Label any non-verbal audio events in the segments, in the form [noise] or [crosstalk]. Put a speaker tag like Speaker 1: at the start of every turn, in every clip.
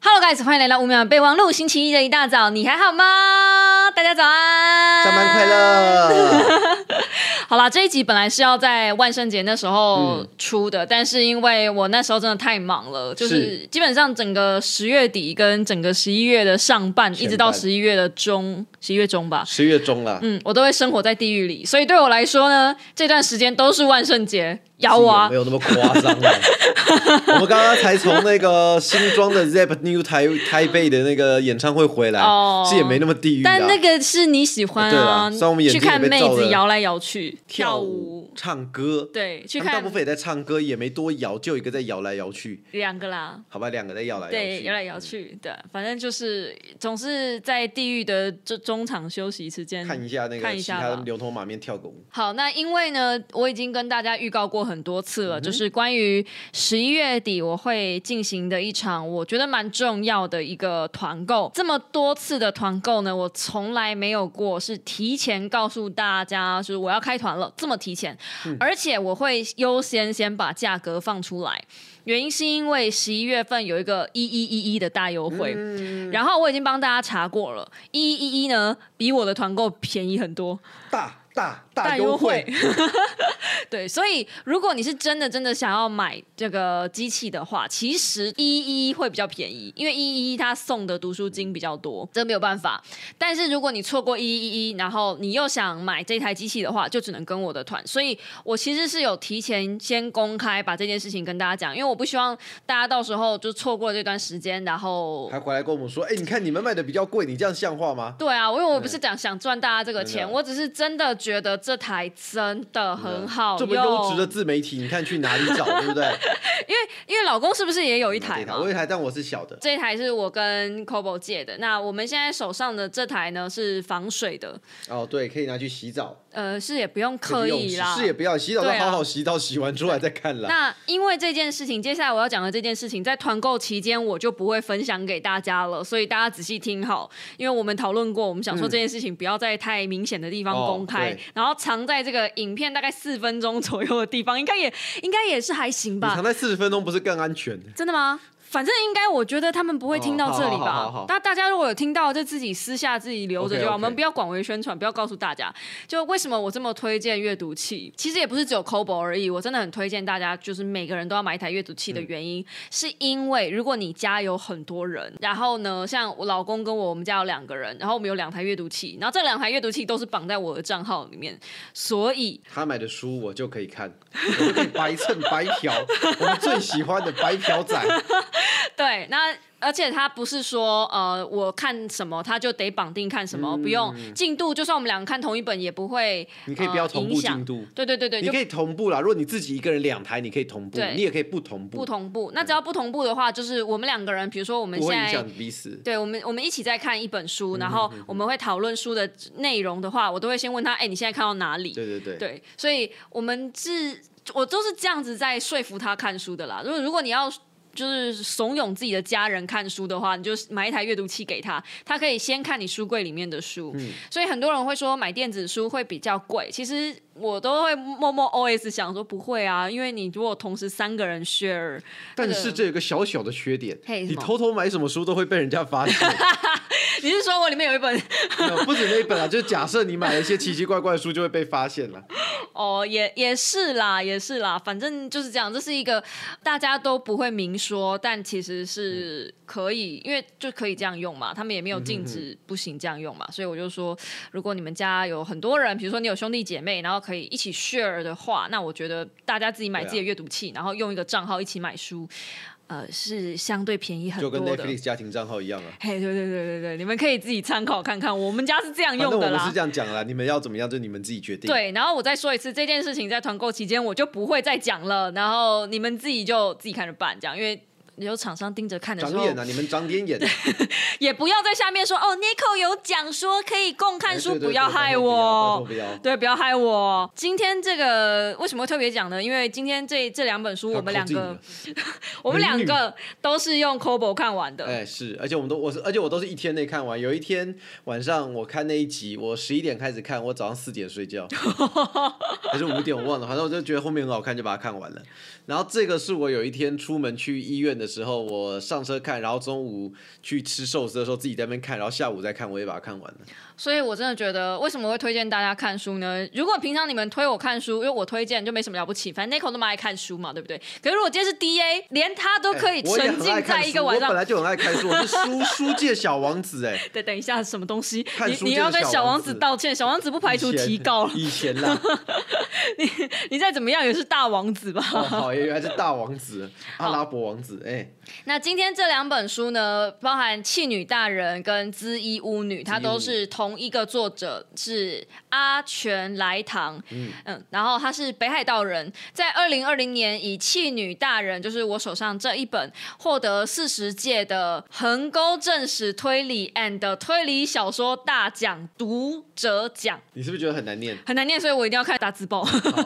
Speaker 1: Hello guys，欢迎来到五秒备忘录。星期一的一大早，你还好吗？大家早安，
Speaker 2: 上班快！乐！
Speaker 1: 好啦，这一集本来是要在万圣节那时候
Speaker 2: 嗯
Speaker 1: 出的，但是因为我那时候真的太忙了，就是
Speaker 2: 是
Speaker 1: 基本上整个十月底跟整个十一月的上半，
Speaker 2: 前
Speaker 1: 一直到
Speaker 2: 半
Speaker 1: 十一月的中，十一月中吧，
Speaker 2: 十月中了，
Speaker 1: 嗯，我都会生活在地狱里，所以对我来说呢，这段时间都是万圣节摇啊
Speaker 2: 有
Speaker 1: 娃
Speaker 2: 没。有那么夸张
Speaker 1: [laughs]
Speaker 2: 啊？我们刚刚才从那个新庄的 Zep New 台台北的那个演唱会回来
Speaker 1: 哦，
Speaker 2: 是也没那么地狱啊
Speaker 1: 但那
Speaker 2: 的。
Speaker 1: 个是你喜欢
Speaker 2: 对
Speaker 1: 啊，
Speaker 2: 啦虽然我们眼
Speaker 1: 去
Speaker 2: 睛也
Speaker 1: 看
Speaker 2: 被
Speaker 1: 妹
Speaker 2: 照
Speaker 1: 子
Speaker 2: 了
Speaker 1: 摇来摇去
Speaker 2: 跳舞、唱歌，
Speaker 1: 对，去
Speaker 2: 他们大
Speaker 1: 看
Speaker 2: 部分也在唱歌，也没多摇，就有一个在摇来摇去，
Speaker 1: 两个啦，
Speaker 2: 好吧，两个在摇来摇去，嗯
Speaker 1: 对，摇来摇去的，反正就是总是在地狱的中中场休息时间
Speaker 2: 嗯。看一下那
Speaker 1: 看
Speaker 2: 个
Speaker 1: 一
Speaker 2: 其
Speaker 1: 下
Speaker 2: 他
Speaker 1: 吧
Speaker 2: 的牛头马面跳个舞，
Speaker 1: 好，那因为呢，我已经跟大家预告过很多次了，就是关于十一月底我会进行的一场，我觉得蛮重要的一个团购。这么多次的团购呢，我从来没有过是提前告诉大家，就是我要开团了，这么提前，而且我会优先先把价格放出来。原因是因为十一月份有一个一一一一的大优惠，然后我已经帮大家查过了，一一一呢比我的团购便宜很多，
Speaker 2: 大大
Speaker 1: 大
Speaker 2: 大
Speaker 1: 优
Speaker 2: 优
Speaker 1: 惠，
Speaker 2: [laughs]
Speaker 1: 对，所以如果你是真的真的想要买这个机器的话，其实一一会比较便宜，因为一一它送的读书金比较多，这没有办法。但是如果你错过一一一，然后你又想买这台机器的话，就只能跟我的团。所以我其实是有提前先公开把这件事情跟大家讲，因为我不希望大家到时候就错过了这段时间，然后
Speaker 2: 还回来跟我们说，哎，你看你们卖的比较贵，你这样像话吗？
Speaker 1: 对啊，因为我不是讲想赚大家这个钱，
Speaker 2: 真的
Speaker 1: 我只是真的觉得这台真的很好
Speaker 2: 这么
Speaker 1: 用。
Speaker 2: 优质的自媒体，你看去哪里找，对不对？
Speaker 1: 因为老公是不是也有一台
Speaker 2: 这
Speaker 1: 嘛？
Speaker 2: 嗯我有一台，但我是小的，
Speaker 1: 这一台是我跟 Kobo 借的。那我们现在手上的这台呢是防水的，
Speaker 2: 哦，对，可以拿去洗澡，
Speaker 1: 呃，是也不用刻
Speaker 2: 可以用
Speaker 1: 意啦。
Speaker 2: 是也不要洗澡，
Speaker 1: 对
Speaker 2: 就
Speaker 1: 啊
Speaker 2: 好好洗澡，洗完出来再看啦。
Speaker 1: 那因为这件事情，接下来我要讲的这件事情，在团购期间我就不会分享给大家了，所以大家仔细听好，因为我们讨论过，我们想说
Speaker 2: 嗯
Speaker 1: 这件事情不要在太明显的地方
Speaker 2: 哦
Speaker 1: 公开，
Speaker 2: 对
Speaker 1: 然后藏在这个影片大概四分钟左右的地方，应该也应该也是还行
Speaker 2: 你
Speaker 1: 吧
Speaker 2: 藏？在四十分钟不是更安全？
Speaker 1: 真的吗？反正应该，我觉得他们不会听到这里
Speaker 2: 哦好好好
Speaker 1: 吧
Speaker 2: 好。
Speaker 1: 那大家如果有听到，就自己私下自己留着就
Speaker 2: OK，OK
Speaker 1: 好。我们不要广为宣传，不要告诉大家。就为什么我这么推荐阅读器？其实也不是只有 Kobo 而已，我真的很推荐大家，就是每个人都要买一台阅读器的原
Speaker 2: 嗯
Speaker 1: 因，是因为如果你家有很多人，然后呢，像我老公跟我，我们家有两个人，然后我们有两台阅读器，然后这两台阅读器都是绑在我的账号里面，所以
Speaker 2: 他买的书我就可以看，我就可以白衬白嫖，
Speaker 1: [laughs]
Speaker 2: 我们最喜欢的白嫖仔。
Speaker 1: 对，那而且他不是说呃，我看什么他就得绑定看什么，不用
Speaker 2: 嗯
Speaker 1: 进度，就算我们两个看同一本也不会，
Speaker 2: 你可以
Speaker 1: 呃
Speaker 2: 不要同
Speaker 1: 影
Speaker 2: 步
Speaker 1: 响
Speaker 2: 进度，
Speaker 1: 对对对对，
Speaker 2: 你
Speaker 1: 就
Speaker 2: 可以同步啦。如果你自己一个人两台，你可以同步
Speaker 1: 对，
Speaker 2: 你也可以不同步，
Speaker 1: 不同步。那只要不同步的话，就是我们两个人，比如说我们
Speaker 2: 不
Speaker 1: 现
Speaker 2: 会影
Speaker 1: 在
Speaker 2: 响。嗯彼此。
Speaker 1: 对，我们我们一起在看一本书，然后我们会讨论书的内容的话，我都会先问他，哎，你现在看到哪里？
Speaker 2: 对对对，
Speaker 1: 对，所以我们是，我都是这样子在说服他看书的啦。如果如果你要就是怂恿自己的家人看书的话，你就买一台阅读器给他，他可以先看你书柜里面的书。所以很多人会说买电子书会比较贵，其实我都会默默 OS 想说不会啊，因为你如果同时三个人 share，
Speaker 2: 但
Speaker 1: 那个
Speaker 2: 是这有一个小小的缺点，
Speaker 1: 嘿什
Speaker 2: 你
Speaker 1: 么
Speaker 2: 偷偷买什么书都会被人家发
Speaker 1: [laughs]
Speaker 2: 现。
Speaker 1: 你是说我里面有一本
Speaker 2: 没有不止那一本啊，就是假设你买了一些奇奇怪怪的书，就会被发现了。
Speaker 1: 哦，也也是啦，也是啦，反正就是这样。这是一个大家都不会明说，但其实
Speaker 2: 嗯
Speaker 1: 是可以，因为就可以这样用嘛。他们也没有禁止不行这样用嘛，所以我就说，如果你们家有很多人，比如说你有兄弟姐妹，然后可以一起 share 的话，那我觉得大家自己买
Speaker 2: 对啊
Speaker 1: 自己的阅读器，然后用一个账号一起买书，呃，是相对便宜很
Speaker 2: 就跟
Speaker 1: 多的。
Speaker 2: Netflix 家庭账号一样啊。
Speaker 1: 嘿，对对对对对，你们可以自己参考看看。我们家是这样
Speaker 2: 反
Speaker 1: 用
Speaker 2: 正我
Speaker 1: 的
Speaker 2: 们
Speaker 1: 啦。
Speaker 2: 是这样讲啦，你们要怎么样就你们自己决定。，
Speaker 1: 对，然后我再说一次，这件事情在团购期间我就不会再讲了，然后你们自己就自己看着办，这样，因为有厂商盯着看的
Speaker 2: 长
Speaker 1: 时候，
Speaker 2: 眼啊，你们长点眼，
Speaker 1: [laughs] 也不要在下面说哦，Nico 有讲说可以共看
Speaker 2: 哎
Speaker 1: 书，
Speaker 2: 对对
Speaker 1: 要
Speaker 2: 对拜
Speaker 1: 害
Speaker 2: 托
Speaker 1: 我
Speaker 2: 不要拜托不要
Speaker 1: [laughs] 对，不要害我。今天这个为什么会特别讲呢？因为今天这这两本书，我们两
Speaker 2: 靠近
Speaker 1: 个
Speaker 2: 了，
Speaker 1: 我们
Speaker 2: 美
Speaker 1: 两
Speaker 2: 女
Speaker 1: 个都是用 Kobo 看完的。
Speaker 2: 哎，是，而且我们都我是，而且我都是一天内看完。有一天晚上我看那一集，我十一点开始看，我早上四点睡
Speaker 1: [laughs]
Speaker 2: 觉，还是五点我忘了，反正我就觉得后面很好看，就把它看完了。然后这个是我有一天出门去医院的时候，我上车看，然后中午去吃寿司的时候自己在那边看，然后下午再看，我也把它看完了。
Speaker 1: 所以我真的觉得，为什么会推荐大家看书呢？如果平常你们推我看书，因为我推荐就没什么了不起，反正 Nico 那么爱看书嘛，对不对？可是如果今天是 DA，连他都可以
Speaker 2: 哎我也
Speaker 1: 沉
Speaker 2: 很爱
Speaker 1: 浸在
Speaker 2: 看
Speaker 1: 一个
Speaker 2: 书
Speaker 1: 晚
Speaker 2: 我
Speaker 1: 上
Speaker 2: 本。来就很爱看书，我是
Speaker 1: [laughs]
Speaker 2: 书书界小王子哎、
Speaker 1: 对，等一下，什么东西？
Speaker 2: 看
Speaker 1: 你
Speaker 2: 书
Speaker 1: 你
Speaker 2: 界
Speaker 1: 要
Speaker 2: 的
Speaker 1: 跟
Speaker 2: 小
Speaker 1: 小
Speaker 2: 王
Speaker 1: 王子
Speaker 2: 子
Speaker 1: 道歉，小王子不排除
Speaker 2: 以前
Speaker 1: 提告了。
Speaker 2: 以前
Speaker 1: [laughs]
Speaker 2: 啦，
Speaker 1: 你再怎么样也是大王
Speaker 2: [laughs]
Speaker 1: 子吧？
Speaker 2: 哦、好，原来是大王子，阿拉伯王子哎。
Speaker 1: 那今天这两本书呢，包含《弃女大人》跟《知衣巫女》，它都是同一个作者，是阿全来堂。嗯然后他是北海道人，在二零二零年以《弃女大人》就是我手上这一本获得四十届的横沟正史推理 and 推理小说大奖读者奖。
Speaker 2: 你是不是觉得很难念？
Speaker 1: 很难念，所以我一定要看大字报。 [laughs]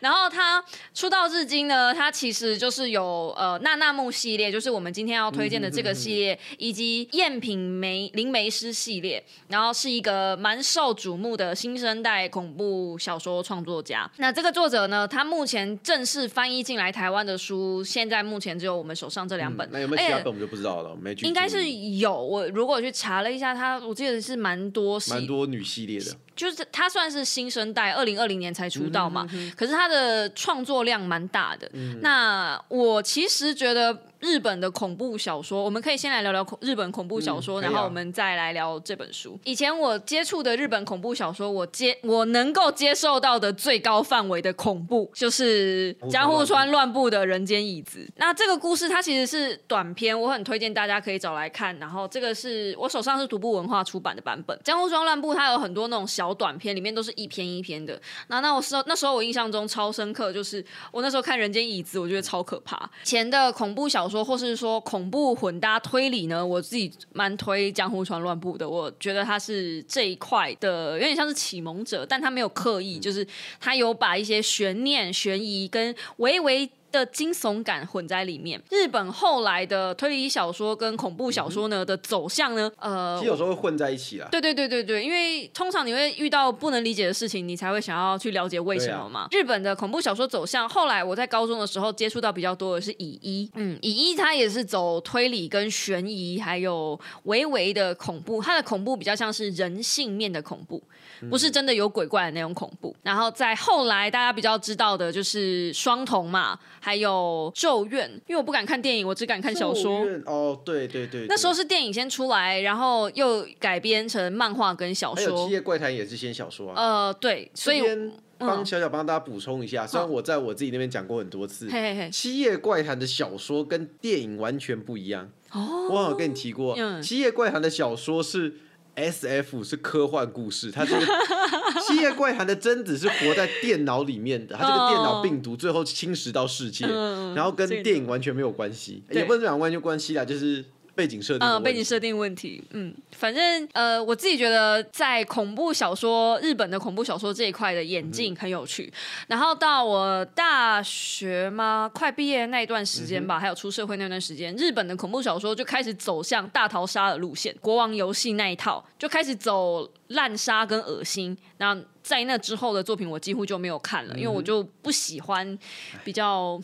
Speaker 1: 然后他出道至今呢，他其实就是有呃娜娜木系列，就是我们今天要推荐的这个系列，以及赝品梅灵梅师系列。然后是一个蛮受瞩目的新生代恐怖小说创作家。那这个作者呢，他目前正式翻译进来台湾的书，现在目前只有我们手上这两本。
Speaker 2: 嗯那有没有其他
Speaker 1: 哎
Speaker 2: 本我们就不知道了，我没去注意。
Speaker 1: 应该是有，我如果去查了一下，他我记得是蛮多系
Speaker 2: 蛮多女系列的，
Speaker 1: 就是他算是新生代，二零二零年才出道
Speaker 2: 嗯
Speaker 1: 嘛，可是他的创作量蛮大的。那我其实觉得日本的恐怖小说，我们可以先来聊聊恐日本恐怖小说，
Speaker 2: 嗯可以啊
Speaker 1: 然后我们再来聊这本书。以前我接触的日本恐怖小说，我接我能够接受到的最高范围的恐怖，就是江户川乱步的《人间椅子》。那这个故事它其实是短篇，我很推荐大家可以找来看。然后这个是我手上是独步文化出版的版本，《江户川乱步》它有很多那种小短篇，里面都是一篇一篇的。那那我时候那时候我印象中超深刻，就是我那时候看《人间椅子》，我觉得超可怕。以前的恐怖小说或是说恐怖混搭推理呢，我自己蛮推《江湖传乱步》的，我觉得他是这一块的有点像是启蒙者，但他没有刻意，就是他有把一些悬念、悬疑跟微微。的惊悚感混在里面。日本后来的推理小说跟恐怖小说呢的走向呢，呃
Speaker 2: 其，实有时候会混在一起啦。
Speaker 1: 对对对对对，因为通常你会遇到不能理解的事情，你才会想要去了解为什么嘛。日本的恐怖小说走向，后来我在高中的时候接触到比较多的是乙一，嗯，乙一它也是走推理跟悬疑，还有微微的恐怖，它的恐怖比较像是人性面的恐怖，不是真的有鬼怪的那种恐怖。然后在后来大家比较知道的就是双瞳嘛，还有咒怨，因为我不敢看电影，我只敢看小说。
Speaker 2: 咒怨哦，对对对，对
Speaker 1: 那时候是电影先出来，然后又改编成漫画跟小
Speaker 2: 还有《
Speaker 1: 说
Speaker 2: 七。夜怪谈》也是先小说啊。
Speaker 1: 呃，对，所以
Speaker 2: 这边帮
Speaker 1: 嗯
Speaker 2: 小小帮大家补充一下，虽然我在我自己那边讲过很多次，
Speaker 1: 嘿嘿嘿
Speaker 2: 《七夜怪谈》的小说跟电影完全不一样。哦，我好像跟你提过，
Speaker 1: 嗯
Speaker 2: 七夜怪谈》的小说是 S F 是科幻故事，它这个《七夜怪谈》的贞子是活在电脑里面的，它这个电脑病毒最后侵蚀到世界，
Speaker 1: 嗯
Speaker 2: 然后跟
Speaker 1: 这个
Speaker 2: 电影完全没有关系，
Speaker 1: 对
Speaker 2: 也不能讲完全关系啦，就是背景设定的问
Speaker 1: 嗯，
Speaker 2: 题。
Speaker 1: 背景设定问题，嗯，反正呃，我自己觉得在恐怖小说日本的恐怖小说这一块的演进
Speaker 2: 嗯
Speaker 1: 很有趣。然后到我大学嘛，快毕业那一段时
Speaker 2: 嗯
Speaker 1: 间吧，还有出社会那段时间，日本的恐怖小说就开始走向大逃杀的路线，国王游戏那一套就开始走滥杀跟恶心。那在那之后的作品，我几乎就没有看了，因为
Speaker 2: 嗯
Speaker 1: 我就不喜欢比较，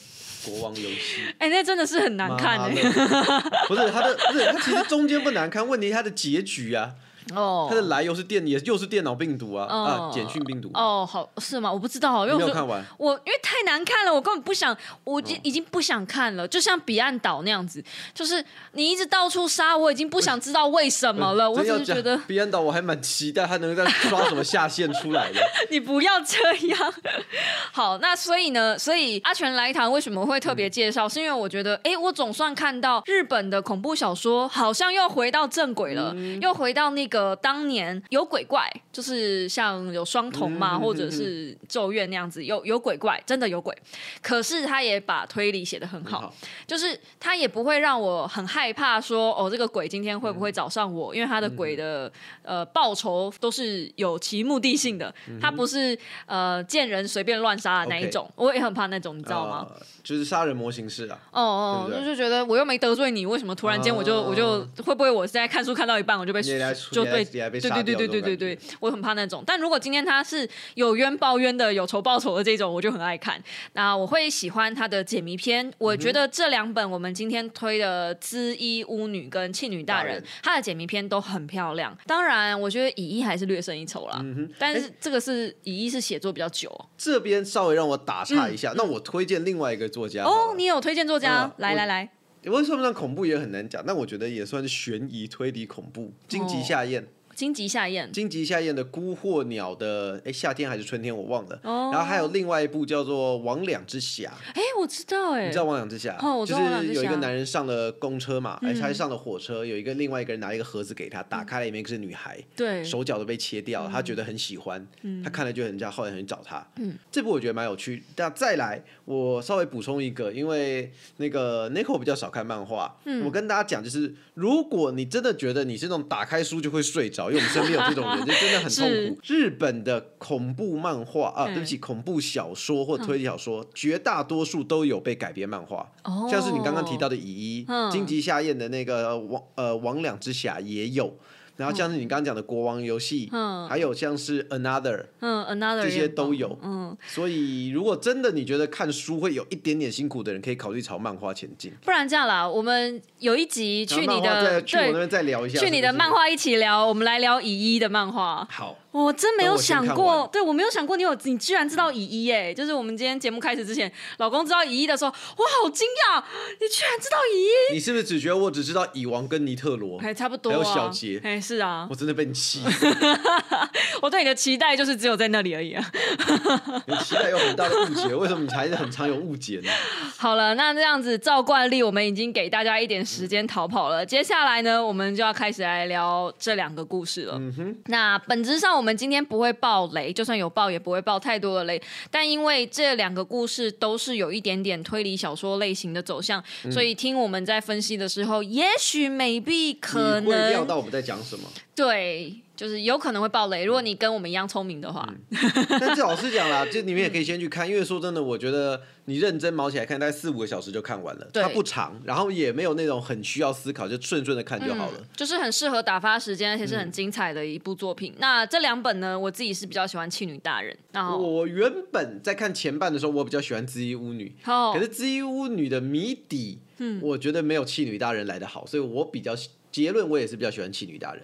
Speaker 2: 国王游戏。
Speaker 1: 哎、那真的是很 [laughs] 难看
Speaker 2: 妈
Speaker 1: 哎、
Speaker 2: 妈乐不是他的，不是他其实中间不难看，问题他的结局啊，
Speaker 1: [laughs] 哦，
Speaker 2: 他的来由是电也又是电脑病毒啊、
Speaker 1: 哦
Speaker 2: 啊，简讯病毒，
Speaker 1: 哦，好是吗？我不知道，因
Speaker 2: 你
Speaker 1: 为
Speaker 2: 没有
Speaker 1: 我就
Speaker 2: 看完
Speaker 1: 我因为太难看了，我根本不想，我已经、已经不想看了。就像《彼岸岛》那样子，就是你一直到处杀，我已经不想知道为什么了。我
Speaker 2: 真
Speaker 1: 只
Speaker 2: 要
Speaker 1: 是
Speaker 2: 讲
Speaker 1: 觉得
Speaker 2: 彼岸岛，我还蛮期待他能再刷什么下线出来的。
Speaker 1: 你不要这样。好，那所以呢，所以阿全来谈为什么会特
Speaker 2: 嗯
Speaker 1: 别介绍，是因为我觉得，哎，我总算看到日本的
Speaker 2: 嗯
Speaker 1: 恐怖小说好像又回到正轨了，又回到那个当年有鬼怪。就是像有双瞳
Speaker 2: 嗯
Speaker 1: 嘛，
Speaker 2: 嗯嗯
Speaker 1: 或者是咒怨那样子，有有鬼怪，真的有鬼。可是他也把推理写得很 [laughs] 好，
Speaker 2: 嗯好，
Speaker 1: 就是他也不会让我很害怕说哦，这个鬼今天会不会找上我？因为他的鬼的、呃报酬都是有其目的性的，他不是呃见人随便乱杀的那一种。我也很怕那种，你知道吗？
Speaker 2: 呃就是杀人模型式啊，
Speaker 1: 哦哦，
Speaker 2: 对不
Speaker 1: 就
Speaker 2: 对
Speaker 1: 是觉得我又没得罪你，为什么突然间我就、
Speaker 2: 哦
Speaker 1: 我就会不会我是在看书看到一半我就被
Speaker 2: 你也来
Speaker 1: 就
Speaker 2: 你也来
Speaker 1: 对对
Speaker 2: 你也来被
Speaker 1: 对
Speaker 2: 杀
Speaker 1: 对对
Speaker 2: 掉
Speaker 1: 对
Speaker 2: 这种
Speaker 1: 对
Speaker 2: 感觉
Speaker 1: 对，我很怕那种。但如果今天他是有冤报冤的，有仇报仇的这种，我就很爱看。那我会喜欢他的解谜篇。我
Speaker 2: 嗯
Speaker 1: 觉得这两本我们今天推的《知衣巫女》跟《庆女大
Speaker 2: 大
Speaker 1: 人
Speaker 2: 人》，
Speaker 1: 他的解谜篇都很漂亮。当然，我觉得乙一还是略胜一筹啦。
Speaker 2: 嗯
Speaker 1: 但是这个是乙一是写作比较久
Speaker 2: 这边稍微让我打岔一下，那我推荐另外一个作家好
Speaker 1: 嗯哦
Speaker 2: 了。。
Speaker 1: 你有推荐作家
Speaker 2: 嗯？
Speaker 1: 来
Speaker 2: 我
Speaker 1: 来来，
Speaker 2: 我算不上恐怖也很难讲，但我觉得也算是悬疑推理恐怖。荆
Speaker 1: 哦
Speaker 2: 棘夏宴，
Speaker 1: 金吉夏宴。
Speaker 2: 荆棘夏宴的孤惑鸟的，哎，夏天还是春天我忘了。
Speaker 1: 哦
Speaker 2: 然后还有另外一部叫做《魍魉之匣》，
Speaker 1: 哎，我知道哎，
Speaker 2: 你知道《魍魉之匣》
Speaker 1: 哦我知
Speaker 2: 就
Speaker 1: 道魍魉之匣嗯
Speaker 2: 是有一个男人上了公车嘛，哎、他上了火车，有一个另外一个人拿了一个盒子给他，打开了里面是女孩，
Speaker 1: 对，嗯
Speaker 2: 手脚都被切掉了，他觉得很喜欢，他看了就很想，后来很找他。
Speaker 1: 嗯
Speaker 2: 这部我觉得蛮有趣。那再来，我稍微补充一个，因为那个 Nico 比较少看漫画，
Speaker 1: 嗯
Speaker 2: 我跟大家讲，就是如果你真的觉得你是那种打开书就会睡
Speaker 1: [laughs]
Speaker 2: 着，因为我们身边有这种人，就真的很痛苦。日本的恐怖漫画啊，
Speaker 1: 嗯
Speaker 2: 对不起，恐怖小说或推理小说，绝大多数都有被改编漫画，
Speaker 1: 哦
Speaker 2: 像是你刚刚提到的乙一
Speaker 1: 嗯，
Speaker 2: 荆棘下宴的那个王呃王两之匣也有。然后像是你刚刚讲的国王游戏，
Speaker 1: 嗯
Speaker 2: 还有像是 Another，
Speaker 1: 嗯，another
Speaker 2: 这些
Speaker 1: 也很棒
Speaker 2: 都有
Speaker 1: 嗯，
Speaker 2: 所以如果真的你觉得看书会有一点点辛苦的人，可以考虑朝漫画前进。
Speaker 1: 不然这样啦，我们有一集去
Speaker 2: 然
Speaker 1: 你
Speaker 2: 后漫画再
Speaker 1: 的
Speaker 2: 去我那
Speaker 1: 对，
Speaker 2: 边再聊一下，
Speaker 1: 去你的
Speaker 2: 是不是
Speaker 1: 漫。画一起聊，我们来聊乙一的漫画。
Speaker 2: 好，
Speaker 1: 我真没有
Speaker 2: 等我先
Speaker 1: 想
Speaker 2: 看
Speaker 1: 过，
Speaker 2: 完
Speaker 1: 对我没有想过你有你居然知道乙一哎，就是我们今天节目开始之前，老公知道乙一的时候，我好惊讶，你居然知道乙一，
Speaker 2: 你是不是只觉得我只知道蚁王跟尼特罗？
Speaker 1: 哎，差不多、啊，
Speaker 2: 还有小杰
Speaker 1: 哎，是啊
Speaker 2: 我，真的被你气死，
Speaker 1: 我对你的期待就是只有在那里而已啊。
Speaker 2: 你期待有很大的误解，为什么你还是很常有误解呢？
Speaker 1: 好了，那这样子照惯例，我们已经给大家一点时间逃跑了。接下来呢，我们就要开始来聊这两个故事了。
Speaker 2: 嗯哼，
Speaker 1: 那本质上我们今天不会爆雷，就算有爆也不会爆太多的雷。但因为这两个故事都是有一点点推理小说类型的走向，
Speaker 2: 嗯
Speaker 1: 所以听我们在分析的时候，也许 maybe 可
Speaker 2: 你会料
Speaker 1: 能
Speaker 2: 到我们在讲什么？
Speaker 1: 对，就是有可能会爆雷。如果你跟我们一样聪明的话，
Speaker 2: 但这老实讲啦，就你们也可以先去看，因为说真的，我觉得你认真毛起来看，大概四五个小时就看完了，
Speaker 1: 对
Speaker 2: 它不长，然后也没有那种很需要思考，就顺顺的看就好了。
Speaker 1: 就是很适合打发时间，而且是很精彩的一部作品。那这两本呢，我自己是比较喜欢《弃女大人》，然后
Speaker 2: 我原本在看前半的时候，我比较喜欢《知衣巫女》，
Speaker 1: 哦
Speaker 2: 可是《知衣巫女》的谜底，我觉得没有《弃女大人》来的好，所以我比较结论，我也是比较喜欢《弃女大人》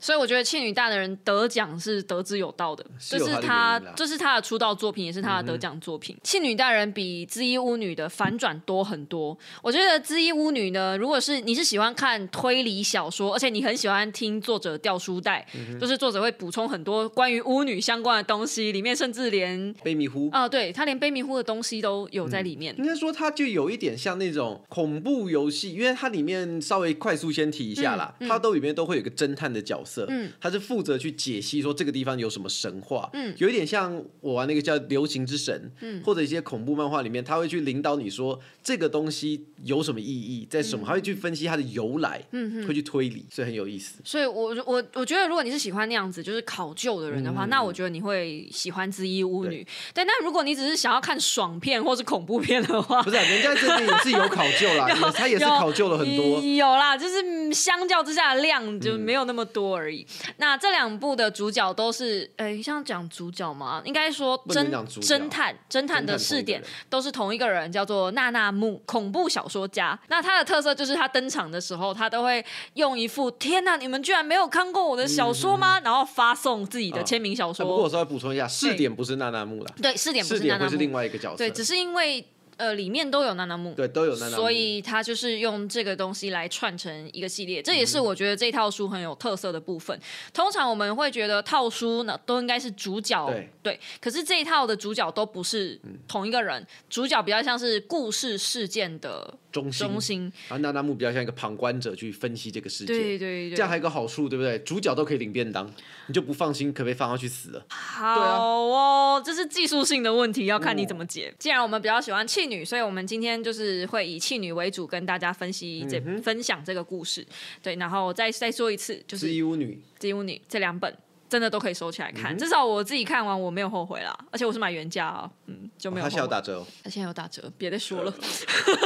Speaker 1: 所以我觉得《庆女大的人》得奖是得之有道的，
Speaker 2: 是
Speaker 1: 这
Speaker 2: 有
Speaker 1: 是
Speaker 2: 他的
Speaker 1: 他
Speaker 2: 原因啦嗯
Speaker 1: 这是他的出道作品，也是他的得奖作品。庆女大人》比《知衣巫女》的反转多很多。我觉得《知衣巫女》呢，如果是你是喜欢看推理小说，而且你很喜欢听作者掉书袋，
Speaker 2: 嗯
Speaker 1: 就是作者会补充很多关于巫女相关的东西，里面甚至连
Speaker 2: 被迷糊。
Speaker 1: 啊、对他连悲迷糊的东西都有在里面。
Speaker 2: 应该说，它就有一点像那种恐怖游戏，因为它里面稍微快速先提一下啦，它都里面都会有一个侦探的角色，
Speaker 1: 嗯
Speaker 2: 他是负责去解析说这个地方有什么神话，有一点像我玩那个叫《流行之神》，
Speaker 1: 嗯
Speaker 2: 或者一些恐怖漫画里面，他会去领导你说这个东西有什么意义，在什么，
Speaker 1: 嗯
Speaker 2: 他会去分析它的由来，会去推理，所以很有意思。
Speaker 1: 所以我，我我觉得，如果你是喜欢那样子，就是考究的人的话，
Speaker 2: 嗯
Speaker 1: 那我觉得你会喜欢《知衣巫女》对，那如果你只是想要看爽片或是恐怖片的话
Speaker 2: 不，是、啊，人家这边也是有考究啦，也他也是
Speaker 1: [laughs] 有
Speaker 2: 考究了很多。嗯
Speaker 1: 有啦，就是嗯相较之下的量就没有那么多而已。那这两部的主角都是，诶，像讲主角嘛，应该说
Speaker 2: 不能
Speaker 1: 侦
Speaker 2: 讲主角
Speaker 1: 侦探侦探的试点
Speaker 2: 侦探同一个人
Speaker 1: 都是同一个人，叫做娜娜木，恐怖小说家。那他的特色就是他登场的时候，他都会用一副“天哪，你们居然没有看过我的小说吗？”然后发送自己的签名小
Speaker 2: 嗯啊不过
Speaker 1: 说。
Speaker 2: 我稍微补充一下，试点不是娜娜木啦，
Speaker 1: 对，试点不
Speaker 2: 试
Speaker 1: 是娜
Speaker 2: 点
Speaker 1: 娜
Speaker 2: 会是
Speaker 1: 木
Speaker 2: 另，外一个角色。
Speaker 1: 对，只是因为。呃里面都有娜娜木，
Speaker 2: 对，都有那
Speaker 1: 所以他就是用这个东西来串成一个系列，这也
Speaker 2: 嗯
Speaker 1: 是我觉得这套书很有特色的部分。通常我们会觉得套书呢都应该是主角
Speaker 2: 对嗯
Speaker 1: 可是这一套的主角都不是同一个人，主角比较像是故事事件的
Speaker 2: 中心，
Speaker 1: 中心。
Speaker 2: 然后娜娜木比较像一个旁观者去分析这个世界。
Speaker 1: 对对对，
Speaker 2: 这样还有一个好处，对啊不对？主角都可以领便当，你就不放心，可不可以放他去死了？
Speaker 1: 好哦，这是技术性的问题，要
Speaker 2: 哦
Speaker 1: 看你怎么解。既然我们比较喜欢弃女，所以我们今天就是会以弃女为主，跟大家分析
Speaker 2: 嗯
Speaker 1: 这、分享这个故事。对，然后再再说一次，就是
Speaker 2: 是义乌女，
Speaker 1: 《金屋女》这两本真的都可以收起来
Speaker 2: 嗯
Speaker 1: 看，至少我自己看完我没有后悔啦，而且我是买原价啊，嗯，就没有
Speaker 2: 她
Speaker 1: 后
Speaker 2: 现
Speaker 1: 悔。
Speaker 2: 在有打折哦，
Speaker 1: 它现在有打折，别
Speaker 2: [laughs]
Speaker 1: 再说了，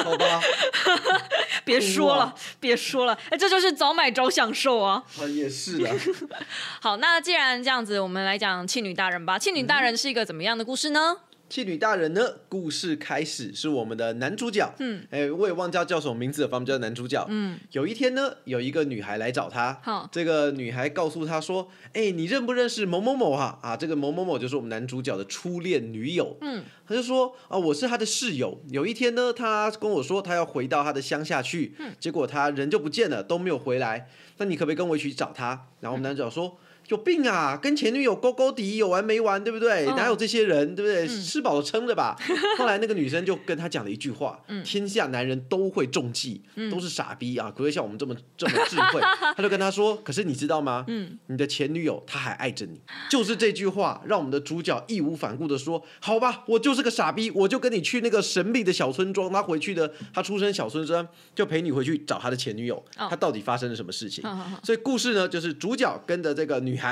Speaker 2: 好吧？ [laughs]
Speaker 1: 别说
Speaker 2: 哇
Speaker 1: 了，别说了，哎，这就是早买早享受啊！
Speaker 2: 啊，也是的。
Speaker 1: 好，那既然这样子，我们来讲《庆女大人》吧。《庆女大人》是一个怎么样的故事
Speaker 2: 嗯
Speaker 1: 呢？
Speaker 2: 妓女大人呢？故事开始是我们的男主角，嗯，哎，我也忘记叫什么名字了，反正叫男主角。嗯，有一天呢，有一个女孩来找他，
Speaker 1: 好
Speaker 2: 这个女孩告诉他说：“哎，你认不认识某某某啊？啊，这个某某某就是我们男主角的初恋女友。”嗯，他就说：“啊，我是他的室友。有一天呢，他跟我说他要回到他的乡下去，结果他人就不见了，都没有回来。那你可不可以跟我一起去找他？”然后我们男主角说。有病啊！跟前女友勾勾底有完没完，对不对？哪有这些人，对不对？吃饱了撑的吧。后来那个女生就跟他讲了一句话：天下男人都会中计，都是傻逼啊，不会像我们这么这么智慧。他就跟他说：可是你知道吗？你的前女友她还爱着你。就是这句话，让我们的主角义无反顾的说：好吧，我就是个傻逼，我就跟你去那个神秘的小村庄。他回去的，他出生小村庄，就陪你回去找他的前女友。他到底发生了什么事情？
Speaker 1: 好好好
Speaker 2: 所以故事呢，就是主角跟着这个女孩，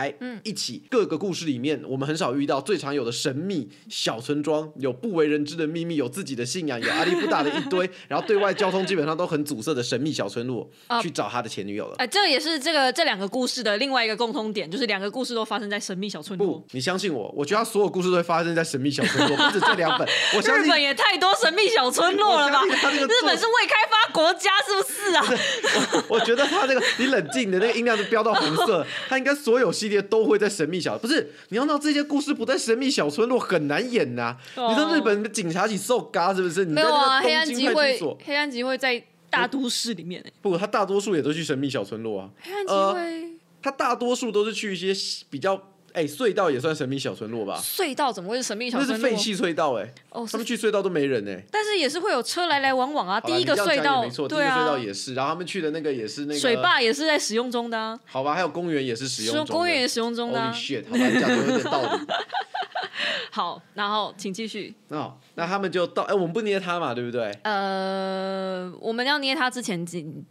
Speaker 2: 一起各个故事里面，我们很少遇到最常有的神秘小村庄，有不为人知的秘密，有自己的信仰，有阿里不达的一堆，然后对外交通基本上都很阻塞的神秘小村落，去找他的前女友了。
Speaker 1: 哎、这也是这个这两个故事的另外一个共通点，就是两个故事都发生在神秘小村落
Speaker 2: 不。，你相信我，我觉得他所有故事都会发生在神秘小村
Speaker 1: [laughs]
Speaker 2: 落，不止这两本。我相
Speaker 1: 日
Speaker 2: 信
Speaker 1: 本也太多神秘小村落了吧？
Speaker 2: 我相信他那个
Speaker 1: 日本是未开发国家，是不
Speaker 2: [laughs]
Speaker 1: 是啊？
Speaker 2: [laughs] 我觉得他那个你冷静，你的那个音量是飙到红
Speaker 1: [laughs]
Speaker 2: 色，他应该所有系列都会在神秘小，不是？你要让这些故事不在神秘小村落很难演呐、
Speaker 1: 哦
Speaker 2: 你到日本的警察局受嘎是不是？你
Speaker 1: 没
Speaker 2: 在
Speaker 1: 有啊，
Speaker 2: 那个
Speaker 1: 黑暗
Speaker 2: 东
Speaker 1: 集
Speaker 2: 京派出
Speaker 1: 会
Speaker 2: 所，，
Speaker 1: 黑暗集会在大都市里面、欸。
Speaker 2: 不，他大多数也都去神秘小村落啊，
Speaker 1: 黑暗集
Speaker 2: 呃
Speaker 1: 会、
Speaker 2: 他大多数都是去一些比较。哎、隧道也算神秘小村落吧？
Speaker 1: 隧道怎么会是神秘小
Speaker 2: 那是
Speaker 1: 村落？
Speaker 2: 废弃隧道哎、
Speaker 1: 哦，
Speaker 2: 他
Speaker 1: 是
Speaker 2: 们去隧道都没人哎、
Speaker 1: 但是也是会有车来来往往啊。
Speaker 2: 好
Speaker 1: 第
Speaker 2: 啦
Speaker 1: 一个
Speaker 2: 你这样
Speaker 1: 隧
Speaker 2: 讲
Speaker 1: 道
Speaker 2: 也没错，，第一
Speaker 1: 对
Speaker 2: 个
Speaker 1: 啊，
Speaker 2: 隧道也是，然后他们去的那个也是那个
Speaker 1: 水坝也是在使用中的、啊，
Speaker 2: 好吧，还有公园也是使
Speaker 1: 使
Speaker 2: 用
Speaker 1: 用
Speaker 2: 中的
Speaker 1: 公园也使用中的、啊
Speaker 2: Holy。shit，好吧，你讲的有点道理。
Speaker 1: 好，然后请继续。
Speaker 2: 哦，那他们就到，哎、我们不捏他嘛，对不对？
Speaker 1: 呃，我们要捏它之前警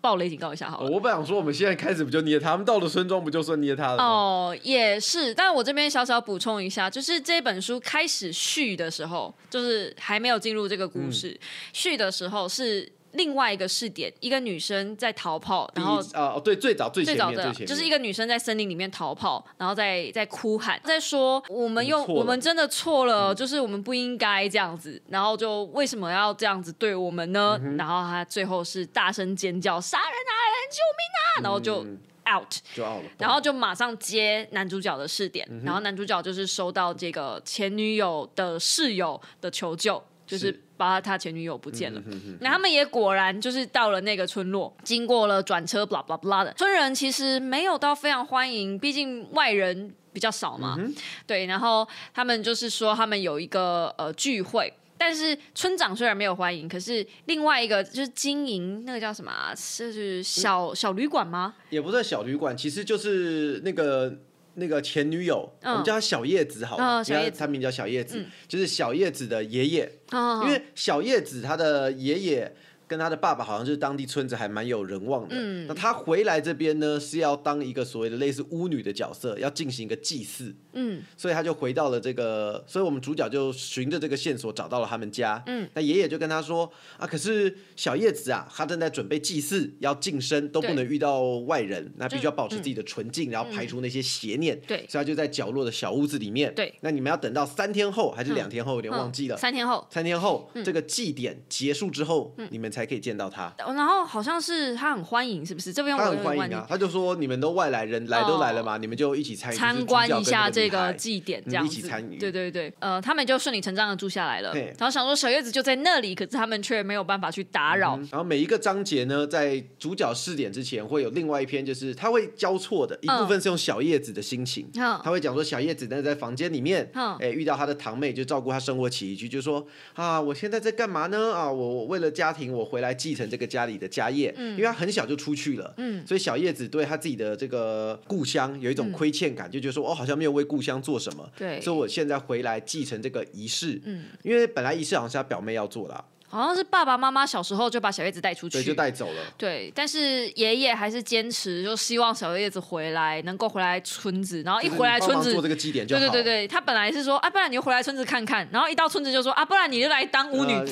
Speaker 1: 暴雷警告一下好
Speaker 2: 哦
Speaker 1: 了。
Speaker 2: 我本想说，我们现在开始不就捏他？他们到了村庄不就算捏他了吗？
Speaker 1: 哦，也是，但我这边小小补充一下，就是这本书开始续的时候，就是还没有进入这个故事、
Speaker 2: 嗯
Speaker 1: 续的时候是另外一个试点，一个女生在逃跑，
Speaker 2: 第一
Speaker 1: 然后
Speaker 2: 啊、哦，对，最早最前
Speaker 1: 最
Speaker 2: 面
Speaker 1: 早的
Speaker 2: 前面
Speaker 1: 就是一个女生在森林里面逃跑，然后在在哭喊，在说我们
Speaker 2: 我
Speaker 1: 又
Speaker 2: 们错了嗯
Speaker 1: 我们真的错了，就是我们不应该这样子，然后就为什么要这样子对我们
Speaker 2: 嗯
Speaker 1: 呢？然后她最后是大声尖叫：“杀人啊，人救命啊！”然后就
Speaker 2: 嗯
Speaker 1: out。
Speaker 2: 就好了。
Speaker 1: 然后就马上接男主角的试点，
Speaker 2: 嗯
Speaker 1: 然后男主角就是收到这个前女友的室友的求救，就是
Speaker 2: 是嗯
Speaker 1: 把他前女友不见了。那他们也果然就是到了那个村落，经过了转车，blah blah blah 的。村人其实没有到非常欢迎，毕竟外人比较少嘛。
Speaker 2: 嗯
Speaker 1: 对，然后他们就是说他们有一个呃聚会。但是村长虽然没有欢迎，可是另外一个就是经营那个叫什么、啊，就是小、小旅馆吗？
Speaker 2: 也不是小旅馆，其实就是那个那个前女友，
Speaker 1: 嗯
Speaker 2: 我们叫她小叶子好了，
Speaker 1: 嗯
Speaker 2: 因为
Speaker 1: 小
Speaker 2: 她
Speaker 1: 叶子嗯
Speaker 2: 她名叫小叶子，就是小叶子的爷爷，
Speaker 1: 啊
Speaker 2: 因为小叶子她的爷爷。跟她的爸爸好像就是当地村子还蛮有人望的。那她回来这边呢，是要当一个所谓的类似巫女的角色，要进行一个祭祀。
Speaker 1: 嗯，
Speaker 2: 所以他就回到了这个，所以我们主角就循着这个线索找到了他们家。嗯，那爷爷就跟他说啊，可是小叶子啊，她正在准备祭祀，要晋升，都不能遇到外人，那必须要保持自己的纯净，然后排除那些邪念。
Speaker 1: 对
Speaker 2: 所以他就在角落的小屋子里面。
Speaker 1: 对，
Speaker 2: 那你们要等到三天后还是两天后，有点忘记了。
Speaker 1: 嗯三天后，嗯
Speaker 2: 三天后，这个祭典结束之后，你们才可以见到他。
Speaker 1: 然后好像是他很欢迎，是不是？这边
Speaker 2: 他
Speaker 1: 我有
Speaker 2: 很
Speaker 1: 点
Speaker 2: 欢
Speaker 1: 忘
Speaker 2: 迎
Speaker 1: 记
Speaker 2: 啊，他就说你们都外来人，来都来了嘛，你们就一起参与就是
Speaker 1: 哦参
Speaker 2: 主
Speaker 1: 观
Speaker 2: 角
Speaker 1: 一
Speaker 2: 跟
Speaker 1: 下
Speaker 2: 那
Speaker 1: 这
Speaker 2: 女
Speaker 1: 个
Speaker 2: 孩
Speaker 1: 祭典，
Speaker 2: 嗯
Speaker 1: 这样
Speaker 2: 一
Speaker 1: 子
Speaker 2: 起参与
Speaker 1: 对对对，呃，他们就顺理成章的住下来了。
Speaker 2: 对
Speaker 1: 然后想说小月子就在那里，可是他们却没有办法去打扰。
Speaker 2: 嗯然后每一个章节呢，在主角试点之前，会有另外一篇，就是它会交错的，一部分是用小叶子的心情，
Speaker 1: 嗯
Speaker 2: 他会讲说小叶子呢在房间里面，哎、
Speaker 1: 嗯
Speaker 2: 遇到他的堂妹，就照顾他生活起居，就说啊，我现在在干嘛呢？啊，我我为了家庭，我回来继承这个家里的家业，因为他很小就出去了，
Speaker 1: 嗯
Speaker 2: 所以小叶子对他自己的这个故乡有一种亏欠感，就觉得说哦，好像没有为故乡做什么，
Speaker 1: 对
Speaker 2: 所以我现在回来继承这个仪式，
Speaker 1: 嗯，
Speaker 2: 因为本来仪式好像是他表妹要做啦，
Speaker 1: 好像是爸爸妈妈小时候就把小叶子带出
Speaker 2: 所
Speaker 1: 去，
Speaker 2: 以就带走了。
Speaker 1: 对，但是爷爷还是坚持，就希望小叶子回来，能够回来村子。然后一
Speaker 2: 就是
Speaker 1: 回来
Speaker 2: 帮
Speaker 1: 村
Speaker 2: 忙
Speaker 1: 子
Speaker 2: 做，这个祭典就
Speaker 1: 对
Speaker 2: 好。
Speaker 1: 对对对，他本来是说啊，不然你就回来村子看看。然后一到村子就说啊，不然你就来当巫女。 [laughs]
Speaker 2: 呃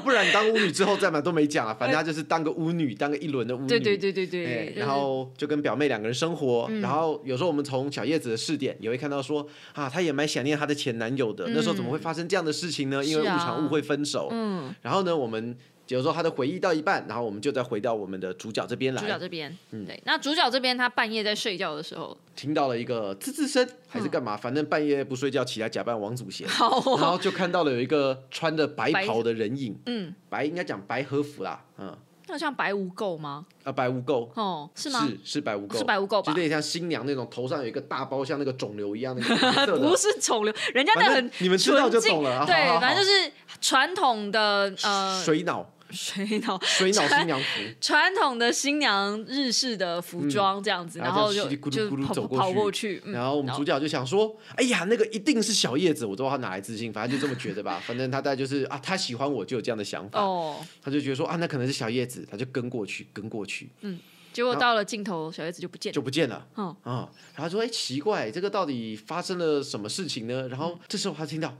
Speaker 2: 不然你当巫女之后再买都没讲啊，反正她就是当个巫女，当个一轮的巫女。
Speaker 1: 对对对对对，嗯
Speaker 2: 哎
Speaker 1: 就是
Speaker 2: 然后就跟表妹两个人生活，然后有时候我们从小叶子的试点也会看到说啊，她也蛮想念她的前男友的，那时候怎么会发生这样的事情呢？因为误
Speaker 1: 嗯是啊
Speaker 2: 闯误会分手。
Speaker 1: 嗯，
Speaker 2: 然后呢，我们有时候她的回忆到一半，然后我们就再回到我们的主角这边
Speaker 1: 主角
Speaker 2: 来，嗯
Speaker 1: 这边，对，那主角这边他半夜在睡觉的时候，
Speaker 2: 听到了一个吱吱声
Speaker 1: 嗯
Speaker 2: 还是干嘛，反正半夜不睡觉起来假扮王祖贤，
Speaker 1: 好哦，
Speaker 2: 然后就看到了有一个穿着白
Speaker 1: 白
Speaker 2: 袍的人影。
Speaker 1: 嗯，
Speaker 2: 白应该讲白和服啦，嗯，
Speaker 1: 那像白无垢吗？
Speaker 2: 啊白无垢
Speaker 1: 哦，是吗？
Speaker 2: 是是白无垢，
Speaker 1: 是白无垢吧
Speaker 2: 就有点像新娘那种头上有一个大包像那个肿瘤一样
Speaker 1: [laughs]
Speaker 2: 那个红色
Speaker 1: 不
Speaker 2: 的，
Speaker 1: 是丑流，人家那
Speaker 2: 反
Speaker 1: 很
Speaker 2: 正你们知道就
Speaker 1: 纯净
Speaker 2: 懂了啊
Speaker 1: 对
Speaker 2: [laughs] 好好，好
Speaker 1: 反正就是传统的呃
Speaker 2: 水脑
Speaker 1: 水脑
Speaker 2: 水脑
Speaker 1: 传
Speaker 2: 新娘服，
Speaker 1: 传统的新娘日式的服装这样子，
Speaker 2: 嗯然
Speaker 1: 然
Speaker 2: 后
Speaker 1: 后
Speaker 2: 这样
Speaker 1: 就
Speaker 2: 稀里咕噜
Speaker 1: 就
Speaker 2: 咕噜
Speaker 1: 跑
Speaker 2: 走过
Speaker 1: 跑
Speaker 2: 去
Speaker 1: 过去，嗯
Speaker 2: 然后我们主角就想说，哎呀，那个一定是小叶子，我都不知道他哪来自信，反正就这么觉得吧， [laughs] 反正他大概就是啊，他喜欢我就有这样的想法，
Speaker 1: 哦，
Speaker 2: 他就觉得说啊，那可能是小叶子，他就跟过去，跟过去
Speaker 1: 结果到了尽头，小叶子就不见了
Speaker 2: 就。不见了。
Speaker 1: 哦
Speaker 2: 啊、然后说：“哎，奇怪，这个到底发生了什么事情呢？”然后这时候他听到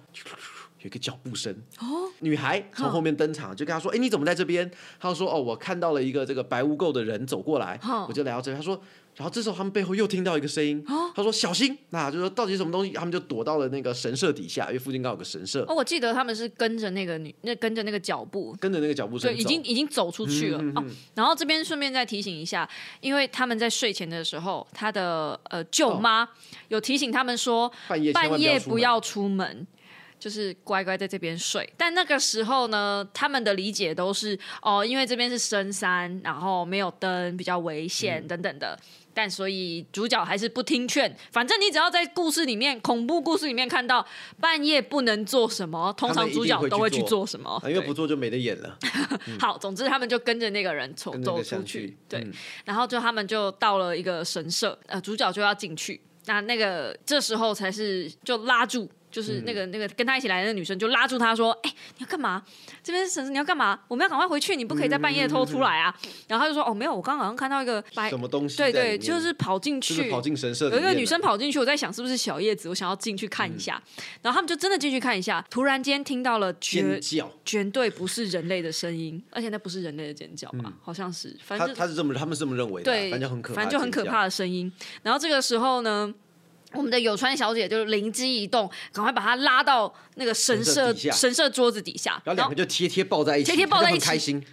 Speaker 2: 有一个脚步声，哦，女孩从后面登场，就跟他说：“哎，你怎么在这边？”他说：“哦，我看到了一个这个白污垢的人走过来，
Speaker 1: 哦
Speaker 2: 我就来到这边。”他说。然后这时候他们背后又听到一个声音，
Speaker 1: 哦
Speaker 2: 他说小心，那就说到底是什么东西，他们就躲到了那个神社底下，因为附近刚好有个神社，
Speaker 1: 哦，我记得他们是跟着那个女，那跟着那个脚步，
Speaker 2: 跟着那个脚步声走，
Speaker 1: 对，已经已经走出去
Speaker 2: 嗯
Speaker 1: 了、哦。然后这边顺便再提醒一下，因为他们在睡前的时候，他的呃舅妈、有提醒他们说，
Speaker 2: 半哦夜千
Speaker 1: 半
Speaker 2: 万
Speaker 1: 夜
Speaker 2: 不
Speaker 1: 不
Speaker 2: 要
Speaker 1: 要出门。就是乖乖在这边睡，但那个时候呢，他们的理解都是哦，因为这边是深山，然后没有灯，比较危险、
Speaker 2: 嗯
Speaker 1: 等等的。但所以主角还是不听劝，反正你只要在故事里面、恐怖故事里面看到半夜不能做什么，通
Speaker 2: 他
Speaker 1: 常
Speaker 2: 们一定
Speaker 1: 主角
Speaker 2: 会去
Speaker 1: 都会去
Speaker 2: 做
Speaker 1: 做什么
Speaker 2: 出，门，啊因为
Speaker 1: 对
Speaker 2: 不做就没得演
Speaker 1: [laughs]
Speaker 2: 了，
Speaker 1: 好，总之他们就跟着那个人
Speaker 2: 嗯
Speaker 1: 走
Speaker 2: 跟着那
Speaker 1: 走
Speaker 2: 个
Speaker 1: 出
Speaker 2: 相
Speaker 1: 去
Speaker 2: 去，
Speaker 1: 对，
Speaker 2: 嗯
Speaker 1: 然后就他们就到了一个神社，呃，主角就要进去，那那个这时候才是就拉住。
Speaker 2: 嗯
Speaker 1: 就是那个、那个跟他一起来的那个女生就拉住他说：“哎、你要干嘛？这边是神社，你要干嘛？我们要赶快回去，你不可以在半夜偷出来啊！”然后他就说：“哦，没有，我刚刚好像看到一个
Speaker 2: 嗯
Speaker 1: 白，
Speaker 2: 什么东西在
Speaker 1: 哎对
Speaker 2: 里面？
Speaker 1: 对，就是跑进
Speaker 2: 就是
Speaker 1: 去，
Speaker 2: 跑进神社里
Speaker 1: 有一
Speaker 2: 面了，
Speaker 1: 个女生跑进去，我在想是不是小叶子，我想要进去看一下。然后他们就真的进去看一下，突然间听到了绝
Speaker 2: 嗯尖叫，
Speaker 1: 绝对不是人类的声音，而且那不是人类的尖叫吧？好像是，反
Speaker 2: 他
Speaker 1: 正就
Speaker 2: 他嗯是这么他们是这么认为的啊，
Speaker 1: 对，
Speaker 2: 反正很可怕，
Speaker 1: 反正就很可怕。的声音。然后这个时候呢，我们的有川小姐就灵机一动，赶快把她拉到那个神
Speaker 2: 神社
Speaker 1: 社
Speaker 2: 底下
Speaker 1: 神社桌子底下，
Speaker 2: 然后两个就贴贴抱在一起，
Speaker 1: 贴贴抱在一起
Speaker 2: 他就很开心，